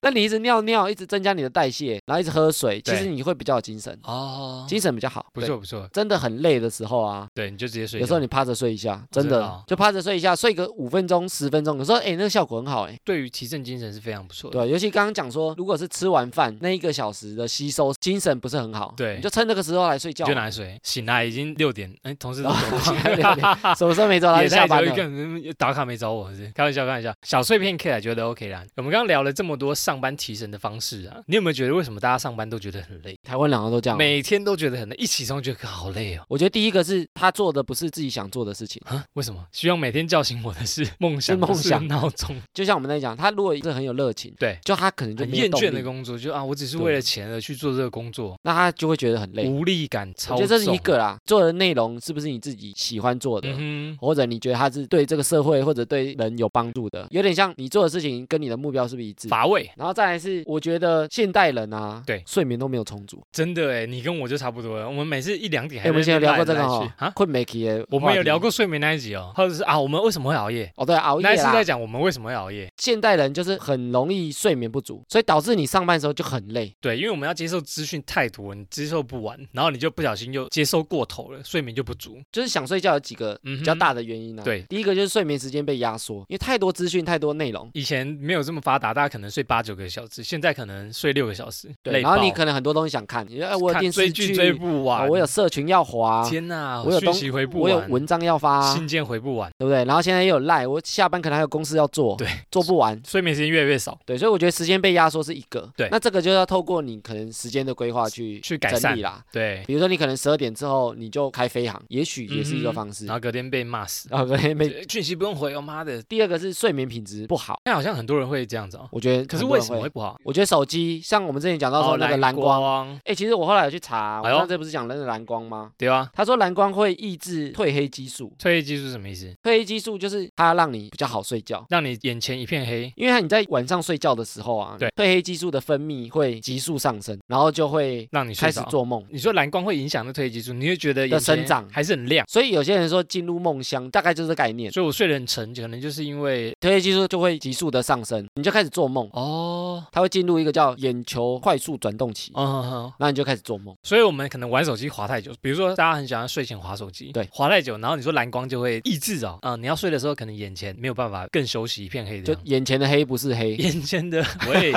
S2: 那你一直尿尿，一直增加你的代谢，然后一直喝水，其
S1: 对
S2: 实你会比较有精神，
S1: 哦，
S2: 精神比较好。
S1: 不
S2: 对，
S1: 错不错，
S2: 真的很累的时候啊，
S1: 对，你就直接睡觉。
S2: 有时候你趴着睡一下，
S1: 我
S2: 真
S1: 知
S2: 的
S1: 道
S2: 就趴着睡一下，睡个五分钟、十分钟，有时候哎、那个效果很好哎、
S1: 对于提振精神是非常不错的。
S2: 对，啊尤其刚刚讲说，如果是吃完饭那一个小时的吸收，精神不是很好，
S1: 对
S2: 你就趁这个时候来睡觉哦
S1: 你就。
S2: [LAUGHS]
S1: 拿水，醒来已经六点，哎，同事都走了。
S2: 什么时候没找
S1: [LAUGHS]
S2: 到
S1: 也
S2: 就
S1: 太
S2: 下
S1: 久
S2: 班
S1: 一
S2: 了
S1: 个？人打卡没找我是，开玩笑开玩笑，小碎片 K 来觉得 OK 啦。我们刚刚聊了这么多上班提神的方式啊，你有没有觉得为什么大家上班都觉得很累，
S2: 台湾两个都这样哦。
S1: 每天都觉得很累，一起床觉得好累哦？
S2: 我觉得第一个是他做的不是自己想做的事情，
S1: 啊，为什么？希望每天叫醒我的是梦想，
S2: 是梦
S1: 不是
S2: 想
S1: 闹钟，
S2: 就像我们在讲，他如果是很有热情，
S1: 对，
S2: 就他可能就
S1: 很
S2: 没有
S1: 厌
S2: 动
S1: 倦的
S2: 力，
S1: 工作，就啊，我只是
S2: 对
S1: 为了钱而去做这个工作，
S2: 那他就会觉得很累。
S1: 无力感嗯超
S2: 我觉
S1: 重。
S2: 得这是一个啦，做的内容是不是你自己喜欢做的？
S1: 嗯哼，
S2: 或者你觉得它是对这个社会或者对人有帮助的，有点像你做的事情跟你的目标是不是一致？
S1: 乏味，
S2: 然后再来是，我觉得现代人啊，
S1: 对
S2: 睡眠都没有充足。
S1: 真的哎，你跟我就差不多了。我们每次一两点
S2: 哎、
S1: 还
S2: 我们以
S1: 在
S2: 前
S1: 那
S2: 有
S1: 边
S2: 聊
S1: 赖
S2: 过这
S1: 来
S2: 个
S1: 赖
S2: 哈
S1: 去啊，
S2: 困美题的，
S1: 我们有聊。过睡眠那一集哦，或者是啊，我们为什么会熬夜？
S2: 哦，对，熬
S1: 那
S2: 夜
S1: 一次在
S2: 啦。
S1: 讲我们为什么会熬夜，
S2: 现代人就是很容易睡眠不足，所以导致你上班的时候就很累。
S1: 对，因为我们要接受资讯太多，你接受不完，然后你就不小心又接受过头了，睡眠就不足。
S2: 就是想睡觉有几个
S1: 嗯哼
S2: 比较大的原因呢、啊
S1: 对
S2: 第一个就是睡眠时间被压缩，因为太多资讯、太多内容。
S1: 以前没有这么发达，大家可能睡八九个小时，现在可能睡六个小时，
S2: 对，
S1: 累
S2: 然后你
S1: 爆
S2: 可能很多东西想看，你说哎，我有
S1: 看
S2: 电视
S1: 追剧追不
S2: 哦
S1: 完，
S2: 我有社群要滑，
S1: 天哪，
S2: 我有
S1: 讯
S2: 东
S1: 息回不
S2: 我啊有
S1: 完，
S2: 文章要发，
S1: 信件回不完，
S2: 对不对？然后现在又有赖，我下班可能还有公司要做，
S1: 对，
S2: 做不完。
S1: 睡眠时间越来越少，
S2: 对，所以我觉得时间被压缩是一个，
S1: 对
S2: 那这个就要透过你可能时间的规划去
S1: 去改善
S2: 整理啦。
S1: 对，
S2: 比如说你可能十二点之后你就开飞航，也许也是一个
S1: 嗯哼
S2: 方式。
S1: 然后隔天被骂死，
S2: 然后可能被
S1: 呃讯息不用回，我妈的，
S2: 第二个是睡眠品质不好，
S1: 那好像很多人会这样子哦，
S2: 我觉得
S1: 可是
S2: 很多
S1: 为
S2: 人
S1: 什么会
S2: 会？
S1: 不好？
S2: 我觉得手机像我们之前讲到
S1: 哦
S2: 说那个蓝光，
S1: 光，
S2: 哎，其实我后来有去查，我
S1: 哎呦
S2: 上次不是讲那个蓝光吗？
S1: 对吧？
S2: 他说蓝光会抑制褪黑激素，
S1: 褪黑激素是什么意思？
S2: 褪黑激素就是它让你比较好睡觉。
S1: 让你眼前一片黑，
S2: 因为你在晚上睡觉的时候啊，
S1: 对
S2: 褪黑激素的分泌会急速上升，然后就会
S1: 让你睡
S2: 开始
S1: 着。
S2: 做梦。
S1: 你说蓝光会影响那褪黑激素，你会觉得眼
S2: 的
S1: 前
S2: 生长
S1: 还是很亮，
S2: 所以有些人说进入梦乡，大概就是这概念，
S1: 所以我睡得很沉，可能就是因为
S2: 褪黑激素就会急速的上升，你就开始做梦，
S1: 哦，
S2: 它会进入一个叫眼球快速转动期，
S1: 嗯，
S2: 那你就开始做梦。
S1: 所以我们可能玩手机滑太久，比如说大家很喜欢睡前滑手机，
S2: 对
S1: 滑太久，然后你说蓝光就会抑制哦，啊、你要睡的时候可能眼前没有办法更休息，一片黑的
S2: 就
S1: 样子。
S2: 眼前的黑不是黑，
S1: 眼前
S2: [LAUGHS]
S1: 的喂，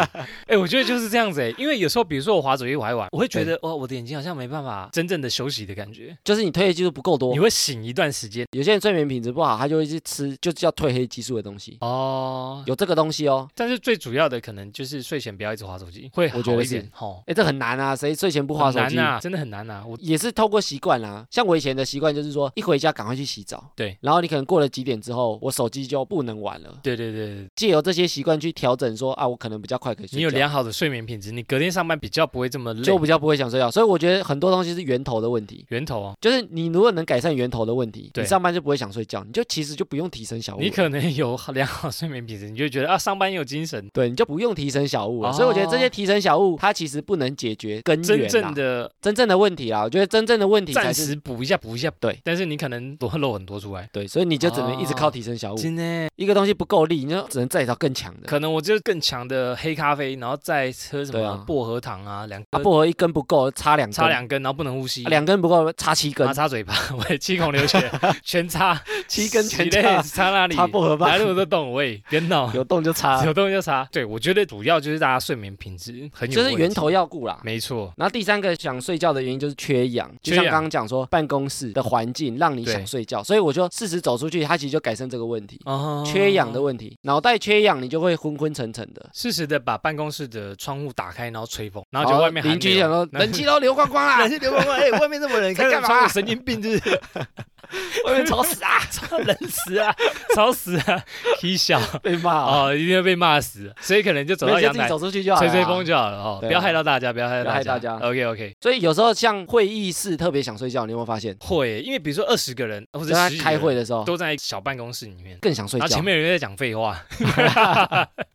S1: 哎、我觉得就是这样子哎、因为有时候比如说我滑手机滑一玩，我会觉得哇，我的眼睛好像没办法真正的休息的感觉，
S2: 就是你褪黑激素不够多
S1: 你。会醒一段时间
S2: 有些人睡眠品质不好，他就会去吃就叫褪黑激素的东西，
S1: 哦，
S2: 有这个东西哦。
S1: 但是最主要的可能就是睡前不要一直滑手机，会好
S2: 我觉得
S1: 一点
S2: 是
S1: 吼。
S2: 哎，这很难啊，谁睡前不划手
S1: 很
S2: 机？
S1: 难啊，真的很难啊。我
S2: 也是透过习惯啦，像我以前的习惯就是说，一回家赶快去洗澡。
S1: 对，
S2: 然后你可能过了几点之后，我手机就不能玩了。
S1: 对对对对，
S2: 借由这些习惯去调整说，啊，我可能比较快可以睡觉，
S1: 你有良好的睡眠品质，你隔天上班比较不会这么累
S2: 就。比较不会想睡觉。所以我觉得很多东西是源头的问题，
S1: 源头哦，
S2: 就是你如果能改善源头的问题，
S1: 对
S2: 你上班就不会想睡觉，你就其实就不用提升小物
S1: 你。可能能有良好睡眠品质，你就觉得啊，上班也有精神。
S2: 对，你就不用提升小物了。
S1: 哦
S2: 所以我觉得这些提升小物，它其实不能解决根源
S1: 真
S2: 啦
S1: 正的
S2: 真正的问题啊。我觉得真正的问题啊才
S1: 暂
S2: 是
S1: 时补一下，补一下，
S2: 对。
S1: 但是你可能多漏很多出来。
S2: 对，所以你就只能一直
S1: 哦
S2: 靠提升小物。
S1: 真的，
S2: 一个东西不够力，你就只能再找更强的。
S1: 可能我就更强的黑咖啡，然后再喝什
S2: 对
S1: 么
S2: 啊
S1: 薄荷糖啊，两
S2: 啊，薄荷一根不够，插两根，
S1: 插两根，然后不能呼吸
S2: 啊，两根不够，插七根
S1: 啊，插嘴巴，喂，七孔流
S2: [LAUGHS]
S1: 血，全插，
S2: 七根全
S1: 洗
S2: 插
S1: 嘞插哪里？
S2: 插薄荷
S1: 哪
S2: [LAUGHS] 吧
S1: 里，我都动，喂，别闹，
S2: 有啊洞就插，
S1: [LAUGHS] 有动就插。对，我觉得主要就是大家睡眠品质很有，
S2: 就是源，头要顾啦。
S1: 没错。
S2: 然后第三个想睡觉的原因就是缺氧，就
S1: 缺
S2: 像
S1: 氧
S2: 刚刚讲说，办公室的环境让你
S1: 对
S2: 想睡觉，所以我就适时走出去，它其实就改善这个问题，
S1: 哦
S2: 缺氧的问题，脑袋缺氧，你就会昏昏沉沉的。
S1: 适时的把办公室的窗户打开，然后吹风，然后就外面
S2: 哦好邻居想
S1: [LAUGHS]
S2: 说，冷气都流光光啦，
S1: 气流光光，哎，外面这么冷，
S2: [LAUGHS] 在干嘛
S1: 窗户神经病就是
S2: [LAUGHS] 外面
S1: [LAUGHS]
S2: 吵死啊，
S1: 超冷死啊，吵死啊，踢笑
S2: 被骂哦，
S1: 哦，一定会被骂死，所以可能就走
S2: 没
S1: 到
S2: 有就
S1: 阳
S2: 自己
S1: 台
S2: 走出去就好了
S1: 吹
S2: 啊。
S1: 吹风就好了哦，
S2: 对啊
S1: 不要害到大家，不要害到
S2: 不要害大家
S1: OK OK，
S2: 所以有时候像会议室特别想睡觉，你有没有发现？
S1: 会，因为比如说二十个人或
S2: 就
S1: 者
S2: 在
S1: 十
S2: 开会的时候
S1: 都在小办公室里面。
S2: 更想睡
S1: 然
S2: 觉
S1: 后，前面有人在讲废
S2: [LAUGHS]
S1: 话，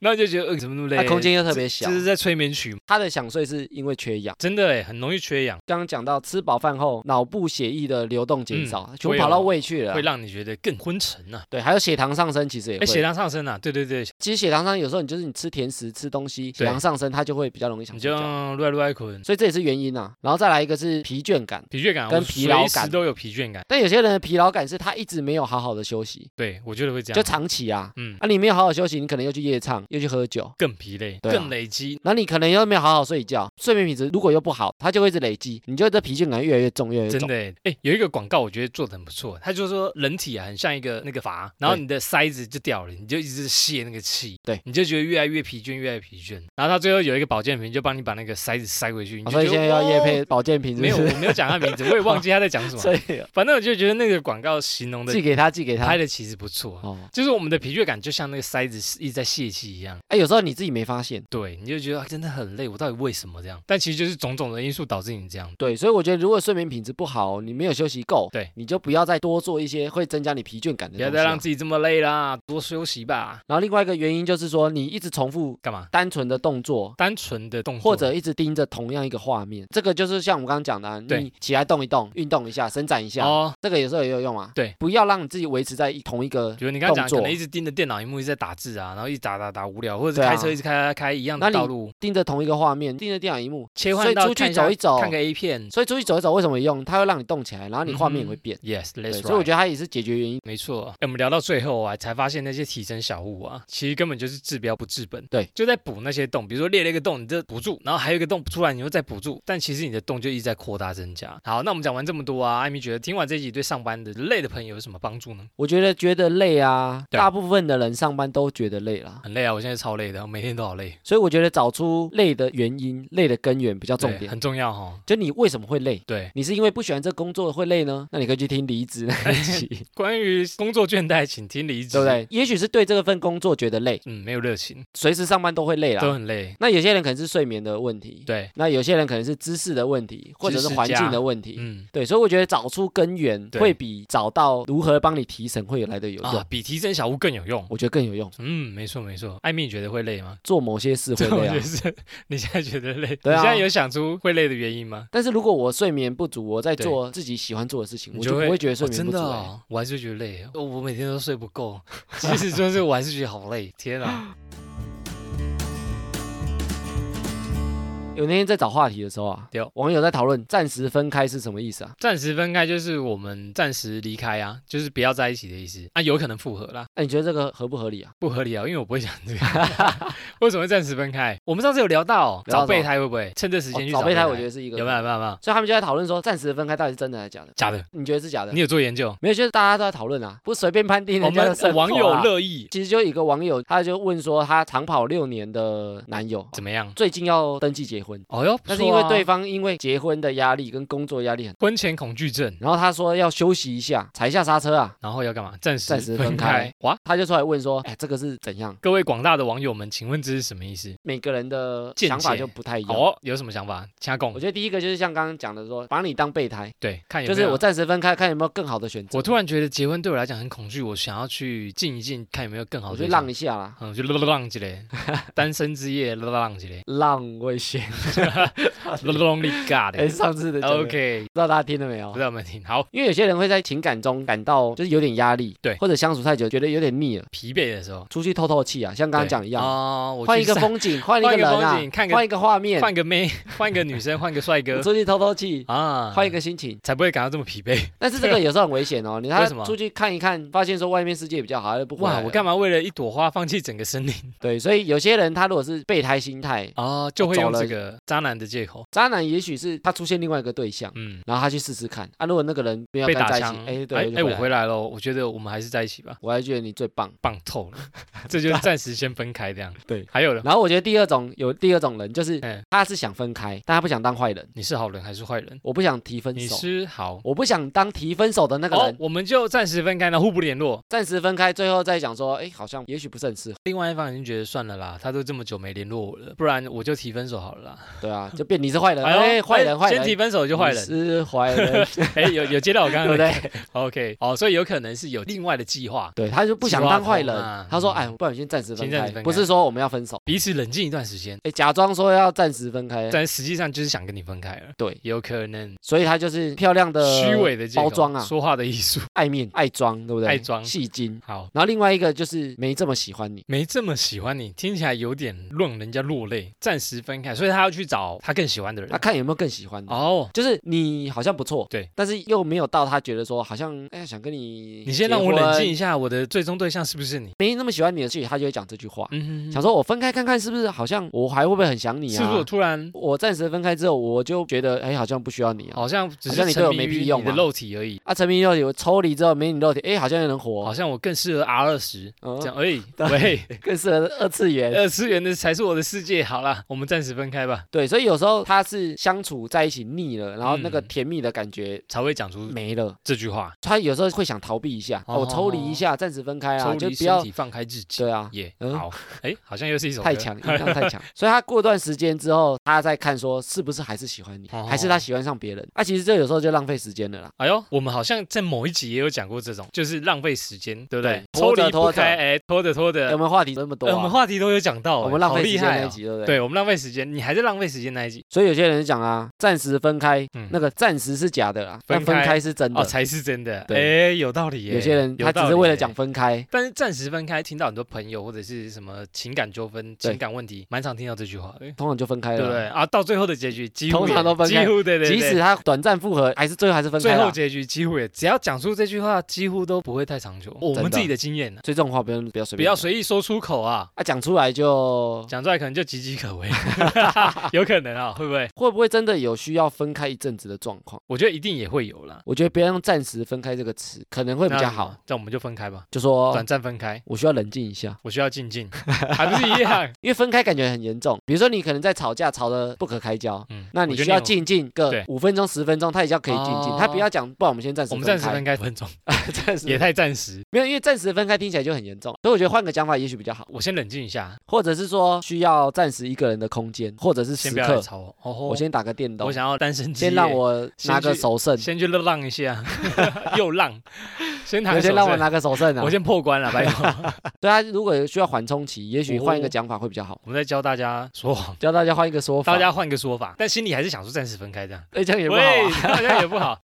S1: 然后就觉得、呃、怎么那么
S2: 它
S1: 累，
S2: 啊空间又特别小
S1: 这，是在催眠曲，
S2: 他的想睡是因为缺氧。
S1: 真的哎，很容易缺氧，
S2: 刚刚讲到吃饱饭后，脑部血液的流动减少，全
S1: 嗯
S2: 部
S1: 会
S2: 跑
S1: 有
S2: 到胃去了
S1: 会
S2: 啊。
S1: 让你觉得更昏沉啊。
S2: 对，还有血糖上升，其实也
S1: 哎，血
S2: 会。
S1: 糖上升啊，对对对，
S2: 其实血糖上有时候你就是你吃甜食、吃东西，血
S1: 对
S2: 糖上升，它就会比较容易想
S1: 你
S2: 睡
S1: 就
S2: 觉。
S1: 撸来撸来捆，
S2: 所以这也是原因啊。然后再来一个是疲倦感，
S1: 疲倦感，
S2: 跟
S1: 我
S2: 疲劳
S1: 随
S2: 感
S1: 时都有疲倦感。
S2: 但有些人的疲劳感是他一直没有好好的休息，
S1: 对，我觉得会这
S2: 就
S1: 样，
S2: 长期啊。
S1: 嗯，
S2: 啊，你没有好好休息，你可能又去夜唱，又去喝酒，
S1: 更疲累，
S2: 对啊
S1: 更累积。
S2: 然后你可能又没有好好睡觉，睡眠品质如果又不好，它就会一直累积，你就这疲倦感越来越重，越来越
S1: 真
S2: 重。
S1: 的哎、欸有一个广告我觉得做的很不错，他就说人体啊很像一个那个阀，然后
S2: 对
S1: 你的塞子就掉了，你就一直泄那个气，
S2: 对，
S1: 你就觉得越来越疲倦，越来越疲倦，然后他最后有一个保健品就帮你把那个塞子塞回去，你
S2: 啊
S1: 就
S2: 所以
S1: 觉得
S2: 现在要夜配
S1: 哦
S2: 保健品是不 [LAUGHS]
S1: 没有，
S2: 是？
S1: 我没有讲他名字，我也忘记他在讲什么，
S2: [LAUGHS] 所以
S1: 反正我就觉得那个广告形容的
S2: 寄给他，寄给他
S1: 拍。的其实不错。
S2: 哦，
S1: 就是我们的疲倦感就像那个塞子一直在泄气一样，
S2: 哎，有时候你自己没发现。
S1: 对，你就觉得、啊真的很累，我到底为什么这样？但其实就是种种的因素导致你这样。
S2: 对，所以我觉得如果睡眠品质不好，你没有休息够，
S1: 对
S2: 你就不要再多做一些会增加你疲倦感的
S1: 不
S2: 东西啊、
S1: 要再让自己这么累啦，多休息吧。
S2: 然后另外一个原因就是说，你一直重复
S1: 干嘛？
S2: 单纯的动作。
S1: 单纯的动作，
S2: 或者一直盯着同样一个画面，这个就是像我们刚刚讲的、啊，
S1: 对
S2: 你起来动一动，运动一下，伸展一下，
S1: 哦，
S2: 这个有时候也有用啊。
S1: 对，
S2: 不要让你自己维持在一同一个
S1: 比如你刚刚
S2: 动
S1: 讲，
S2: 作
S1: 可能一直盯着电脑荧幕一直在打字啊，然后一直打打打无聊，或者
S2: 对
S1: 是
S2: 啊
S1: 开车一直开开开一样
S2: 那
S1: 的
S2: 你
S1: 道路，
S2: 盯着同一个画面，盯着电脑荧幕。
S1: 切
S2: 所
S1: 换
S2: 以
S1: 到
S2: 出去
S1: 看下
S2: 走一走
S1: 看个 A 片。嗯
S2: 所以出去走一走，为什么有用？它会让你动起来，然后你画面也会变。对，
S1: Yes，let's
S2: 所以我觉
S1: right。
S2: 得它也是解决原因。
S1: 没错，哎，我们聊到最后啊，才发现那些提升小物啊，其实根本就是治标不治本。
S2: 对，
S1: 就在补那些洞，比如说裂了一个洞，你这补住，然后还有一个洞出来，你又再补住，但其实你的洞就一直在扩大增加。好，那我们讲完这么多啊，艾米觉得听完这一集对上班的累的朋友有什么帮助呢？
S2: 我觉得觉得累啊，
S1: 对
S2: 大部分的人上班都觉得累啦。
S1: 很累啊，我现在超累的，我每天都好累。
S2: 所以我觉得找出累的原因、累的根源比较重
S1: 对
S2: 点。
S1: 很重要哈。
S2: 就你为什么会累？
S1: 对，
S2: 你是因为不喜欢这工作会累呢？那你可以去听离
S1: [LAUGHS]
S2: 职那一期，
S1: 关于工作倦怠，请听离职，
S2: 对不？对？也许是对这份工作觉得累，
S1: 嗯，没有热情，
S2: 随时上班都会累
S1: 都
S2: 啦。
S1: 很累。
S2: 那有些人可能是睡眠的问题，
S1: 对，
S2: 那有些人可能是知识的问题，或者是
S1: 知识
S2: 环境
S1: 家
S2: 的问题。
S1: 嗯，
S2: 对，所以我觉得找出根源
S1: 对
S2: 会比找到如何帮你提神会来的有用，
S1: 啊，比提升小屋更有用。
S2: 我觉得更有用。
S1: 嗯，没错没错。艾米，你觉得会累 [LAUGHS] 吗？
S2: 做某些事会
S1: 我觉
S2: 累啊
S1: 得，是，你现在觉得累，
S2: 对啊
S1: 你现在有想出会累的原因吗？
S2: 但是如果我睡眠不足，我在
S1: 对
S2: 做自己喜欢做的事情，
S1: 你
S2: 我就不会觉得睡
S1: 哦
S2: 眠
S1: 真
S2: 不足、
S1: 的
S2: 欸。
S1: 哦，我还是觉得累。哦我每天都睡不 [LAUGHS] 够，即使就是我还是觉得好累。天啊，
S2: 有那天在找话题的时候啊
S1: 对哦，
S2: 网友在讨论暂时分开是什么意思啊？
S1: [LAUGHS] 暂时分开就是我们暂时离开啊，就是不要在一起的意思。啊，有可能复合啦，
S2: 哎、你觉得这个合不合理啊？
S1: 不合理啊，因为我不会讲这个。 [LAUGHS] 为什么会暂时分开？我们上次有聊到找
S2: 聊到什么
S1: 备胎会不会趁这时
S2: 哦
S1: 间去
S2: 找备
S1: 胎？
S2: 胎，我觉得是一个
S1: 有没有有没有有没有
S2: 所以他们就在讨论说暂时分开到底是真的还是假的？
S1: 假的？
S2: 你觉得是假的
S1: 你？有做研究？
S2: 没有，就是大家都在讨论啊，不随便判定
S1: 我
S2: 人家的
S1: 们
S2: 生活
S1: 网友
S2: 啊。
S1: 乐意
S2: 其实就有一个网友，他就问说他长跑六年的男友
S1: 怎么样？
S2: 最近要登记结婚，
S1: 哦哟，
S2: 但是因为对
S1: 方
S2: 方因为结婚的压力跟工作压力很，
S1: 婚前恐惧症，
S2: 然后他说要休息一下，踩一下刹车啊，
S1: 然后要干嘛？暂时
S2: 暂时分开
S1: 开。哇，
S2: 他就出来问说，哎，这个是怎样？
S1: 各位广大的网友们，请问这是什么意思？
S2: 每个人的
S1: 见解
S2: 想法就不太一样。
S1: 哦，有什么想法？掐拱
S2: 我。觉得第一个就是像刚刚讲的说，把你当备胎，
S1: 对，看有
S2: 就
S1: 哎没
S2: 是
S1: 有
S2: 我暂时分开，看有没有更好的选择。
S1: 我突然觉得结婚对我来讲很恐惧，我想要去静一静，看有没有更好
S2: 我
S1: 的
S2: 就
S1: 对象。
S2: 浪一下啦，
S1: 嗯，我就浪浪起来，单身之夜浪浪
S2: [LAUGHS]
S1: 起来，
S2: 浪
S1: [LAUGHS]
S2: 危险。
S1: 浪里嘎
S2: 哎，
S1: 的。
S2: 上次的讲的
S1: OK，
S2: 不知道大家听了没有
S1: 不知？道有没有听好？
S2: 因为有些人会在情感中感到就是有点压力，
S1: 对
S2: 或者相处太久觉得有点腻了，
S1: 疲惫的时候，
S2: 出去透透气啊，像刚刚讲的一样，
S1: 啊，我去
S2: 换一个
S1: 散，
S2: 风景，换一个人
S1: 换一个
S2: 啊
S1: 风景看，个
S2: 换一个画面，
S1: 换个妹， [LAUGHS] 换个女生，换个帅哥
S2: 出去透透气，
S1: 啊，
S2: 换一个心情。
S1: 才不会感到这么疲
S2: [LAUGHS]
S1: 惫。
S2: 但是这个有时候很危险
S1: [LAUGHS]
S2: 哦，你他
S1: 为什么
S2: 出去看一看，发现说外面世界比较好，他就不回
S1: 哇，
S2: 来
S1: 我
S2: 了。
S1: 干嘛为了一朵花放弃整个
S2: [LAUGHS]
S1: 森林
S2: 对，所以有些人他如果是备胎心态，
S1: 啊？ [LAUGHS] 就会用
S2: 哦找了
S1: 这个渣男的借口，
S2: 渣男也许是他出现另外一个对象。
S1: 嗯，
S2: 然后他去试试看啊，如果那个人没有
S1: 被
S2: 跟
S1: 打
S2: 他在一
S1: 枪
S2: 起，，哎，
S1: 哎
S2: 对，
S1: 哎，
S2: 就
S1: 我
S2: 回
S1: 回
S2: 来，
S1: 来喽，我觉得我们还是在一起吧。
S2: 我还觉得你最棒。
S1: 棒透
S2: [LAUGHS]
S1: 了，这就暂时先分开这样。
S2: 啊对，
S1: 还有人，
S2: 然后我觉得第二种有第二种人，就是
S1: 哎
S2: 他是想分开，但他不想当坏人，
S1: 你是好人还是坏人？
S2: 我不想提分
S1: 你
S2: 手，
S1: 是好。
S2: 我不想当提分手的那个
S1: 哦
S2: 人，，
S1: 我们就暂时分开，然后互不联络。
S2: 暂时分开，最后再讲说，哎，好像也许不是很适合，
S1: 另外一方已经觉得算了啦，他都这么久没联络我了，不然我就提分手好了啦。
S2: 对啊，就变你是坏人，
S1: 呦
S2: 哎，坏人坏
S1: 先提
S2: 人，
S1: 分手就坏
S2: 你
S1: 人。
S2: 是坏人， [LAUGHS]
S1: 哎，有有接到我刚
S2: 对不
S1: 刚的
S2: 对？
S1: OK，哦，所以有可能是有另外的计划，
S2: 对，他就不想
S1: 计划
S2: 当坏
S1: 通
S2: 人
S1: 啊，
S2: 他说，
S1: 嗯
S2: 哎，不然先暂时分
S1: 先暂
S2: 开
S1: 时，分
S2: 不
S1: 开
S2: 是说我们要分手，
S1: 彼此冷静一段时间，
S2: 哎，假装说要暂时分开，
S1: 但实际上就是想跟你分开了。
S2: 对，
S1: 有可能
S2: 所以他就是漂亮的
S1: 虚伪的借口
S2: 包装啊
S1: 说话的艺术。 [LAUGHS]
S2: 爱面爱装，对不对？
S1: 爱装
S2: 戏精。
S1: 好，
S2: 然后另外一个就是没这么喜欢你，
S1: 没这么喜欢你，听起来有点让人家落泪。暂时分开，所以他要去找他更喜欢的人
S2: 那、。看有没有更喜欢的。
S1: 哦，
S2: 就是你好像不错，
S1: 对，
S2: 但是又没有到他觉得说好像哎想跟你，
S1: 你先让我冷静，一下，我的最终对象是不是你？
S2: 没那么喜欢你的事情，他就会讲这句话，
S1: 嗯
S2: 想
S1: 哼
S2: 说我分开看看是不是好像我还会不会很想你
S1: 哼，
S2: 啊？
S1: 是不是我突然
S2: 我暂时分开之后，我就觉得哎好像不需要你啊。
S1: 好像只
S2: 好
S1: 是
S2: 像你对
S1: 沉
S2: 我
S1: 迷
S2: 没屁
S1: 于
S2: 用
S1: 你的
S2: 啊
S1: 肉体而已，
S2: 啊，沉迷肉体，我抽离之后没你肉体，哎，好像也能活
S1: 好，像我更适合 R 二十
S2: 嗯
S1: 哦这样而
S2: [LAUGHS]
S1: 呃已。喂，
S2: 更适合二次元。
S1: 二次元的才是我的世界。好啦，我们暂时分开吧，
S2: 对，所以有时候他是相处在一起腻了，然后那个
S1: 嗯
S2: 甜蜜的感觉
S1: 才会讲出
S2: 没了。
S1: 这句话，
S2: 他有时候会想逃避一下，
S1: 哦
S2: 哦，我抽离一下，暂时分开啊，
S1: 抽
S2: 就
S1: 离
S2: 不
S1: 身
S2: 要
S1: 体，放开自己。
S2: 对啊，
S1: 也
S2: 嗯
S1: 好，哎，好像又是一首
S2: 太
S1: 歌
S2: 强，音量太强。 [LAUGHS] 所以他过段时间之后，他再看说是不是还是喜欢你，
S1: 哦
S2: 还是他喜欢上别人。啊，其实这有时候就浪费时间了啦。
S1: 哎呦，我们好像在某一集也有讲过这种，就是浪费时间，对不对？抽
S2: 对拖着
S1: 离
S2: 拖
S1: 不
S2: 着
S1: 开，哎，拖着拖
S2: 哎我
S1: 着，
S2: 们话题这么多
S1: 哎我们
S2: 啊，
S1: 话题都有讲到，
S2: 我
S1: 哎
S2: 们浪
S1: 好
S2: 费时
S1: 厉
S2: 间
S1: 害
S2: 那
S1: 哦
S2: 一集，对不对？
S1: 对我们浪费时间，你还在浪费时间那一集
S2: 所以有些人讲啊，暂时分开
S1: 嗯，
S2: 那个暂时是假的啦，
S1: 分
S2: 但
S1: 开
S2: 分开是真
S1: 哦，
S2: 的。
S1: 才是真的。
S2: 对
S1: 哎，有道理耶。
S2: 有些人
S1: 有
S2: 他只
S1: 道
S2: 是
S1: 理欸
S2: 为了
S1: 耶
S2: 讲，分开，
S1: 但是暂时分开，听到很多朋友或者是什么情感纠纷、情感问题，蛮常听到这句话的，
S2: 通常就分开
S1: 对不
S2: 了
S1: 对
S2: 啦。
S1: 啊？到最后的结局几乎
S2: 通常
S1: 也
S2: 都分开
S1: 几乎对对
S2: 即使
S1: 对。
S2: 他短暂复合，还是最后还是分
S1: 最
S2: 开
S1: 后
S2: 了。
S1: 结局几乎也，只要讲出这句话，几乎都不会太长久。我
S2: 真
S1: 们
S2: 的啊
S1: 自己的经验呢，
S2: 所以这种话不要不要随
S1: 不
S2: 便
S1: 要
S2: 讲，
S1: 随意说出口啊。
S2: 啊，讲出来就
S1: 讲出来可能就岌岌可
S2: [LAUGHS]
S1: 危，有可能啊，会不会？
S2: 会不会真的有需要分开一阵子的状况？
S1: 我觉得一定也会有啦，
S2: 我觉得不要用“暂时分开”这个词，可能会比较好。哦
S1: 那我们就分开吧，
S2: 就说
S1: 短暂分开，
S2: 我需要冷静一下，
S1: 我需要静静，还不是一样？
S2: 因为分开感觉很严重。比如说你可能在吵架，吵得不可开交，
S1: 嗯，
S2: [LAUGHS] 那
S1: 我
S2: 你
S1: 觉得
S2: 需要
S1: 有。
S2: 静静个
S1: 对
S2: 五分钟、十分钟，他也叫可以静静
S1: 哦，
S2: 他不要讲，不然我们先暂时
S1: 我
S2: 分
S1: 们
S2: 开。
S1: 暂时分开五分钟，
S2: 暂时
S1: 也太暂时。
S2: 没有，因为暂时分开听起来就很严重，所以我觉得换个讲法也许比较好，
S1: 我先冷静一下，
S2: 或者是说需要暂时一个人的空间，或者是时
S1: 先不要来
S2: 刻，
S1: 吵我。哦吼，
S2: 我先打个电动
S1: 我，想要单身之夜
S2: 先让我
S1: 先
S2: 拿个
S1: 去
S2: 首胜，
S1: 先去浪一
S2: [LAUGHS]
S1: 下，又浪，先谈
S2: 有
S1: 个
S2: 先
S1: 手
S2: 让我
S1: 势
S2: 拿个首胜啊
S1: 我。先破关了，拜托。 [LAUGHS]
S2: 对啊，如果有需要缓冲期，也许换一个
S1: 哦
S2: 讲法会比较好，
S1: 我们在教大家说谎，
S2: 教大家换一个说法。
S1: [LAUGHS] 大家换个说法，但心里还是想说暂时分开这样。
S2: 哎，这样也不好啊
S1: 喂，。大家也不 [LAUGHS] 好。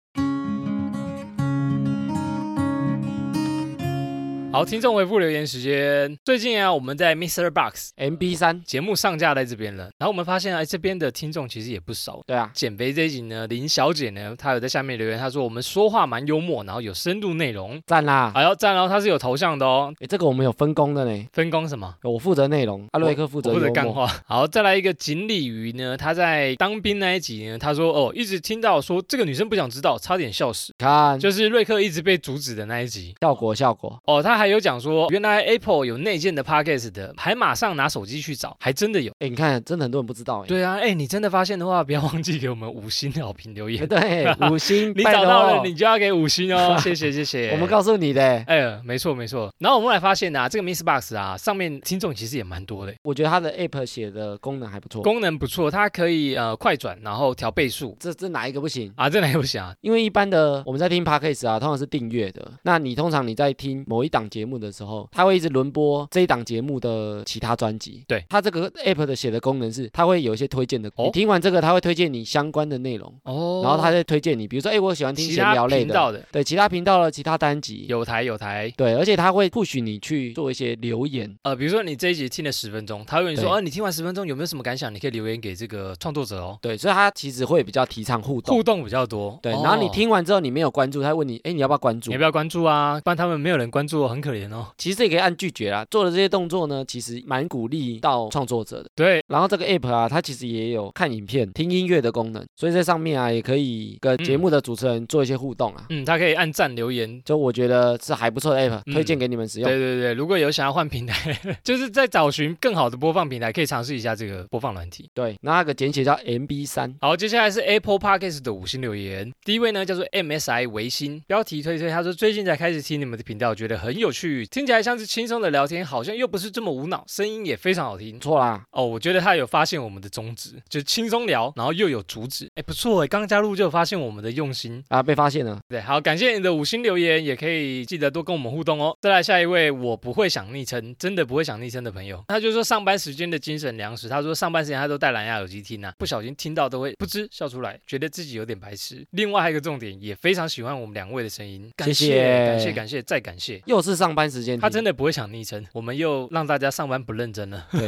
S1: 好，听众回复留言时间。最近啊，我们在 Mr. Box
S2: MB 三，
S1: 节目上架在这边了，然后我们发现，哎，这边的听众其实也不少。
S2: 对啊，
S1: 减肥这一集呢，林小姐呢，她有在下面留言，她说我们说话蛮幽默，然后有深度内容。
S2: 赞啦！
S1: 哎呦，赞哦，她是有头像的哦。
S2: 哎，这个我们有分工的呢，
S1: 分工什么？
S2: 我负责内容，阿瑞克负
S1: 我
S2: 责
S1: 负责
S2: 幽
S1: 干
S2: 默。
S1: 话。 [LAUGHS] 好，再来一个锦鲤鱼呢，她在当兵那一集呢，她说哦，一直听到说这个女生不想知道，差点笑死。
S2: 看
S1: 就是瑞克一直被阻止的那一集。
S2: 效果效果，
S1: 哦，他还有讲说，原来 Apple 有内建的 Podcast 的，还马上拿手机去找，还真的有。
S2: 哎，你看，真的很多人不知道哎。
S1: 对啊，哎，你真的发现的话，不要忘记给我们五星好评留
S2: 哎 [LAUGHS]
S1: 言。 [LAUGHS]
S2: 对，五星，
S1: 你
S2: 拜
S1: 找到了，
S2: 托
S1: 你就要给五星
S2: [LAUGHS]
S1: 哦，谢谢谢谢。
S2: 我们告诉你的。
S1: [LAUGHS] 哎、没错没错。然后我们来发现啊，这个 Miss Box 啊，上面听众其实也蛮多的，
S2: 我觉得它的 app 写的功能还不错。
S1: 功能不错，它可以呃快转，然后调倍速
S2: 这这哪一个不行？
S1: 啊，这哪有不行啊？
S2: 因为一般的我们在听 podcast 啊，通常是订阅的。那你通常你在听某一档节目的时候，它会一直轮播这一档节目的其他专辑。
S1: 对，
S2: 它这个 app 的写的功能是，它会有一些推荐的。
S1: 哦
S2: 你听完这个，它会推荐你相关的内容，
S1: [LAUGHS] 哦
S2: 然后它再推荐你，比如说，哎，我喜欢听
S1: 其
S2: 闲
S1: 他
S2: 聊类
S1: 频
S2: 的，
S1: 道的
S2: 对，其他频道的其他单集。
S1: 有台有台。
S2: 对，而且它会 push 你去做一些留言。
S1: 呃，比如说你这一集听了十分钟，他会问你说，
S2: 对
S1: 啊，你听完十分钟有没有什么感想？你可以留言给这个创作者哦，
S2: 对，所以它其实会比较提倡互动。
S1: 互动比较多。
S2: 对，
S1: 哦
S2: 然后你，听完之后，你没有关注，他会问你，哎，你要不要关注
S1: 你要？不要关注啊？不然他们没有人关注哦，很可怜哦。
S2: 其实这也可以按拒绝啦。做的这些动作呢，其实蛮鼓励到创作者的。
S1: 对，
S2: 然后这个 app 啊，它其实也有看影片、听音乐的功能，所以在上面啊，也可以跟节目的主持人做一些互动啊。
S1: 嗯，他可以按赞留言。
S2: 就我觉得是还不错的 app，、
S1: 嗯
S2: 推荐给你们使
S1: 对
S2: 用。
S1: 对对，如果有想要换平台， [LAUGHS] 就是在找寻更好的播放平台，可以尝试一下这个播放软体。
S2: 对，那那个简写叫 MB 三。
S1: 好，接下来是 Apple Podcast 的五星留言。第一位呢叫做 MSI 维新，标题推推，他说最近才开始听你们的频道，觉得很有趣，听起来像是轻松的聊天，好像又不是这么无脑，声音也非常好听
S2: 不。错啦，
S1: 哦，我觉得他有发现我们的宗旨，就轻松聊，然后又有主旨，哎，不错哎，刚加入就有发现我们的用心。
S2: 啊，被发现了。
S1: 对，好，感谢你的五星留言，也可以记得多跟我们互动哦。再来下一位，我不会想昵称，真的不会想昵称的朋友，他就说上班时间的精神粮食，他说上班时间他都戴蓝牙耳机听啊，不小心听到都会不知笑出来，觉得自己有点白痴。另外还有一个重点，也非常喜欢我们两位的声音，感
S2: 谢谢
S1: 感谢，感谢，再感谢。
S2: 又是上班时间听，
S1: 他真的不会想昵称，我们又让大家上班不认真了。 [LAUGHS]
S2: 对。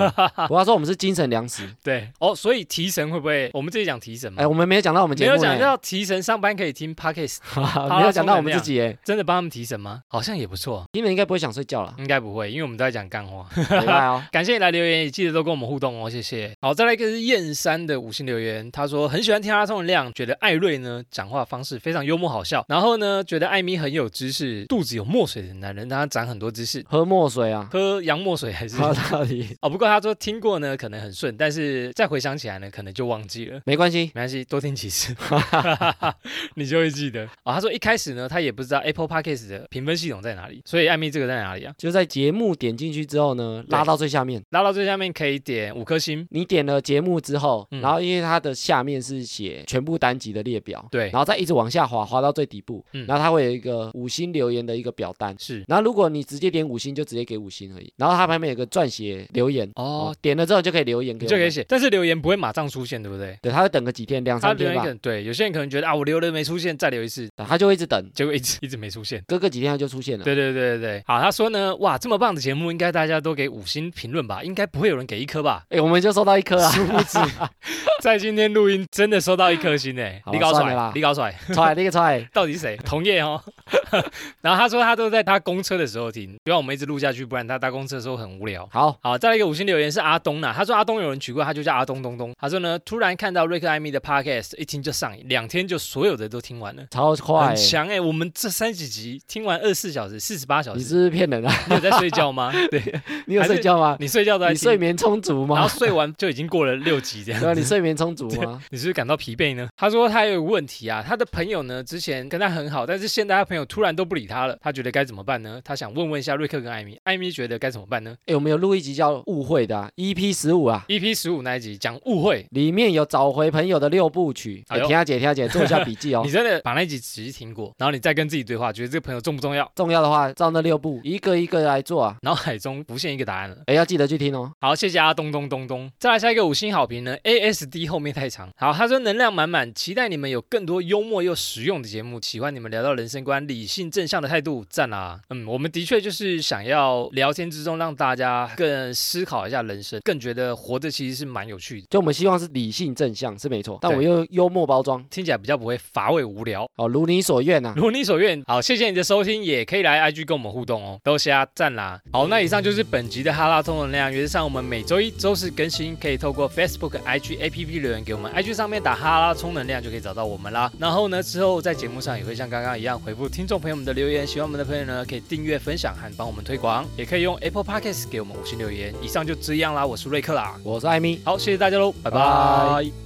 S2: 我要说我们是精神粮食。
S1: 对，哦，所以提神会不会？我们自己讲提神嘛
S2: 哎，，我们没有讲到我们
S1: 没
S2: 节目、
S1: 有
S2: 欸，
S1: 讲到提神，上班可以听
S2: [LAUGHS]
S1: podcast，
S2: 没有讲到我们自己、欸，
S1: 真的帮他们提神吗？好像也不错。，
S2: 你们应该不会想睡觉了
S1: [LAUGHS] 应该不会，因为我们都在讲干话。 [LAUGHS]
S2: 拜拜哦。
S1: 感谢你来留言，也记得都跟我们互动哦，谢谢。好，再来一个是燕山的五星留言，他说很喜欢听阿通的量，觉得艾瑞呢讲话方式非常幽默好笑，然后呢觉得艾米很有知识，肚子有墨水的男人让他长很多知识，
S2: 喝墨
S1: [LAUGHS]
S2: 水啊，
S1: 喝洋墨水还是？
S2: 喝到底
S1: 哦，不过他说听过呢，可能很顺，但是再回想起来呢，可能就忘记了。
S2: 没关系。
S1: 没关系，多听几次，你就会记得。哦，他说一开始呢，他也不知道 Apple Podcast 的评分系统在哪里，所以艾米这个在哪里啊？
S2: 就在节目点进去之后呢，拉到最下面。
S1: 拉到最下面可以点五颗星，
S2: 你点了节目之后，
S1: 嗯
S2: 然后因为它的下面是写全部单集的列表，
S1: 对
S2: 然后再一直往下滑，滑到最底部，
S1: 嗯
S2: 然后它会有一个五星留言的一个表单。
S1: 是
S2: 然后如果你直接点五星，就直接给五星而已。然后它旁边有个撰写留言，
S1: 哦，，
S2: 点了之后就可以留言
S1: 你
S2: 给我
S1: 就可以
S2: 们
S1: 写，但是留言不会马上出现，对不对？
S2: 对，它会等个几天，两
S1: 他
S2: 三
S1: 留
S2: 天
S1: 言
S2: 吧
S1: 可，能对，有些人可能觉得啊，我留了没出现，再留一次，
S2: 它就会一直等，
S1: 结果一直一直没出现。
S2: 隔个几天它就出现了。
S1: 对对对对对，好，他说呢，哇，这么棒的节目，应该大家都给五星评论吧，应该不会有人给一颗吧？
S2: 哎，我们就收到一颗啊，
S1: 殊不
S2: [LAUGHS]
S1: 知，在今天录音真的收到一颗星欸诶，
S2: 好
S1: 你搞
S2: 算了
S1: 甩
S2: 啦，
S1: 你搞甩，
S2: 出来那个出来，
S1: 到底是谁？同业哦。 [LAUGHS] 然后他说他都在搭公车的时候听，不要我们一直录下去，不然他搭公车的时候很无聊。
S2: 好，
S1: 好，再来一个五星留言是阿东呐、他说阿东有人取过，他就叫阿东东东。他说呢，突然看到瑞克艾米的 podcast，一听就上瘾，两天就所有的都听完了。
S2: 超快
S1: 很，强哎、我们这三几集听完二十四小时、四十八小
S2: 你
S1: 时，
S2: 是不是骗人啊？
S1: [LAUGHS] 你有在睡觉
S2: [LAUGHS]
S1: 吗？对
S2: 你有
S1: 还是
S2: 睡觉吗？
S1: 你睡觉都在
S2: 你睡
S1: 听，
S2: 眠充足
S1: 然后
S2: 吗？
S1: 睡完就已经过了六集这样 [LAUGHS]
S2: 对啊，你睡眠充足吗？
S1: 你是不是感到疲惫呢？他说他有个问题啊，他的朋友呢之前跟他很好，但是现在他朋友突然都不理他了，他觉得该怎么办呢？他想问问一下瑞克跟艾米，艾米觉得该怎么办呢
S2: 哎、我们有录一集叫《误会》的、啊、EP 十五啊，
S1: ？EP 十五那一集讲误会，
S2: 里面有找回朋友的六部曲。
S1: 哎
S2: 哎、
S1: 呦
S2: 听下姐，听下姐，做一下笔记哦
S1: [LAUGHS] 你。真的把那一集仔细听过，然后你再跟自己对话，觉得这个朋友重不重要？
S2: 重要的话，照那六步一个一个来做啊。
S1: 脑海中浮现一个答案了。
S2: 哎、要记得去听哦。
S1: 好，谢谢阿东东东东。再来下一个五星好评呢，ASD 后面太长。好，他说能量满满，期待你们有更多幽默又实用的节目，喜欢你们聊到人生观、理性正向的态度，赞啦、嗯，我们的确就是想要聊天之中让大家更思考一下人生，更觉得活着其实是蛮有趣的，
S2: 就我们希望是理性正向是没错，但我
S1: 对
S2: 又幽默包装
S1: 听起来比较不会乏味无聊。
S2: 哦，如你所愿啊。
S1: [LAUGHS] 如你所愿，好，谢谢你的收听，也可以来 IG 跟我们互动哦，都虾赞啦。好，那以上就是本集的哈拉通能量，原则上我们每周一、周四更新，可以透过 Facebook、IG、APP 留言给我们，IG 上面打哈拉充能量就可以找到我们啦。然后呢，之后在节目上也会像刚刚一样回复听众朋友们的留言，喜欢我们的朋友呢，可以订阅、分享和帮我们推广，也可以用 Apple Podcast 给我们五星留言。以上就这样啦，我是瑞克啦，
S2: 我是艾米。
S1: 好，谢谢大家喽，拜
S2: 拜
S1: 拜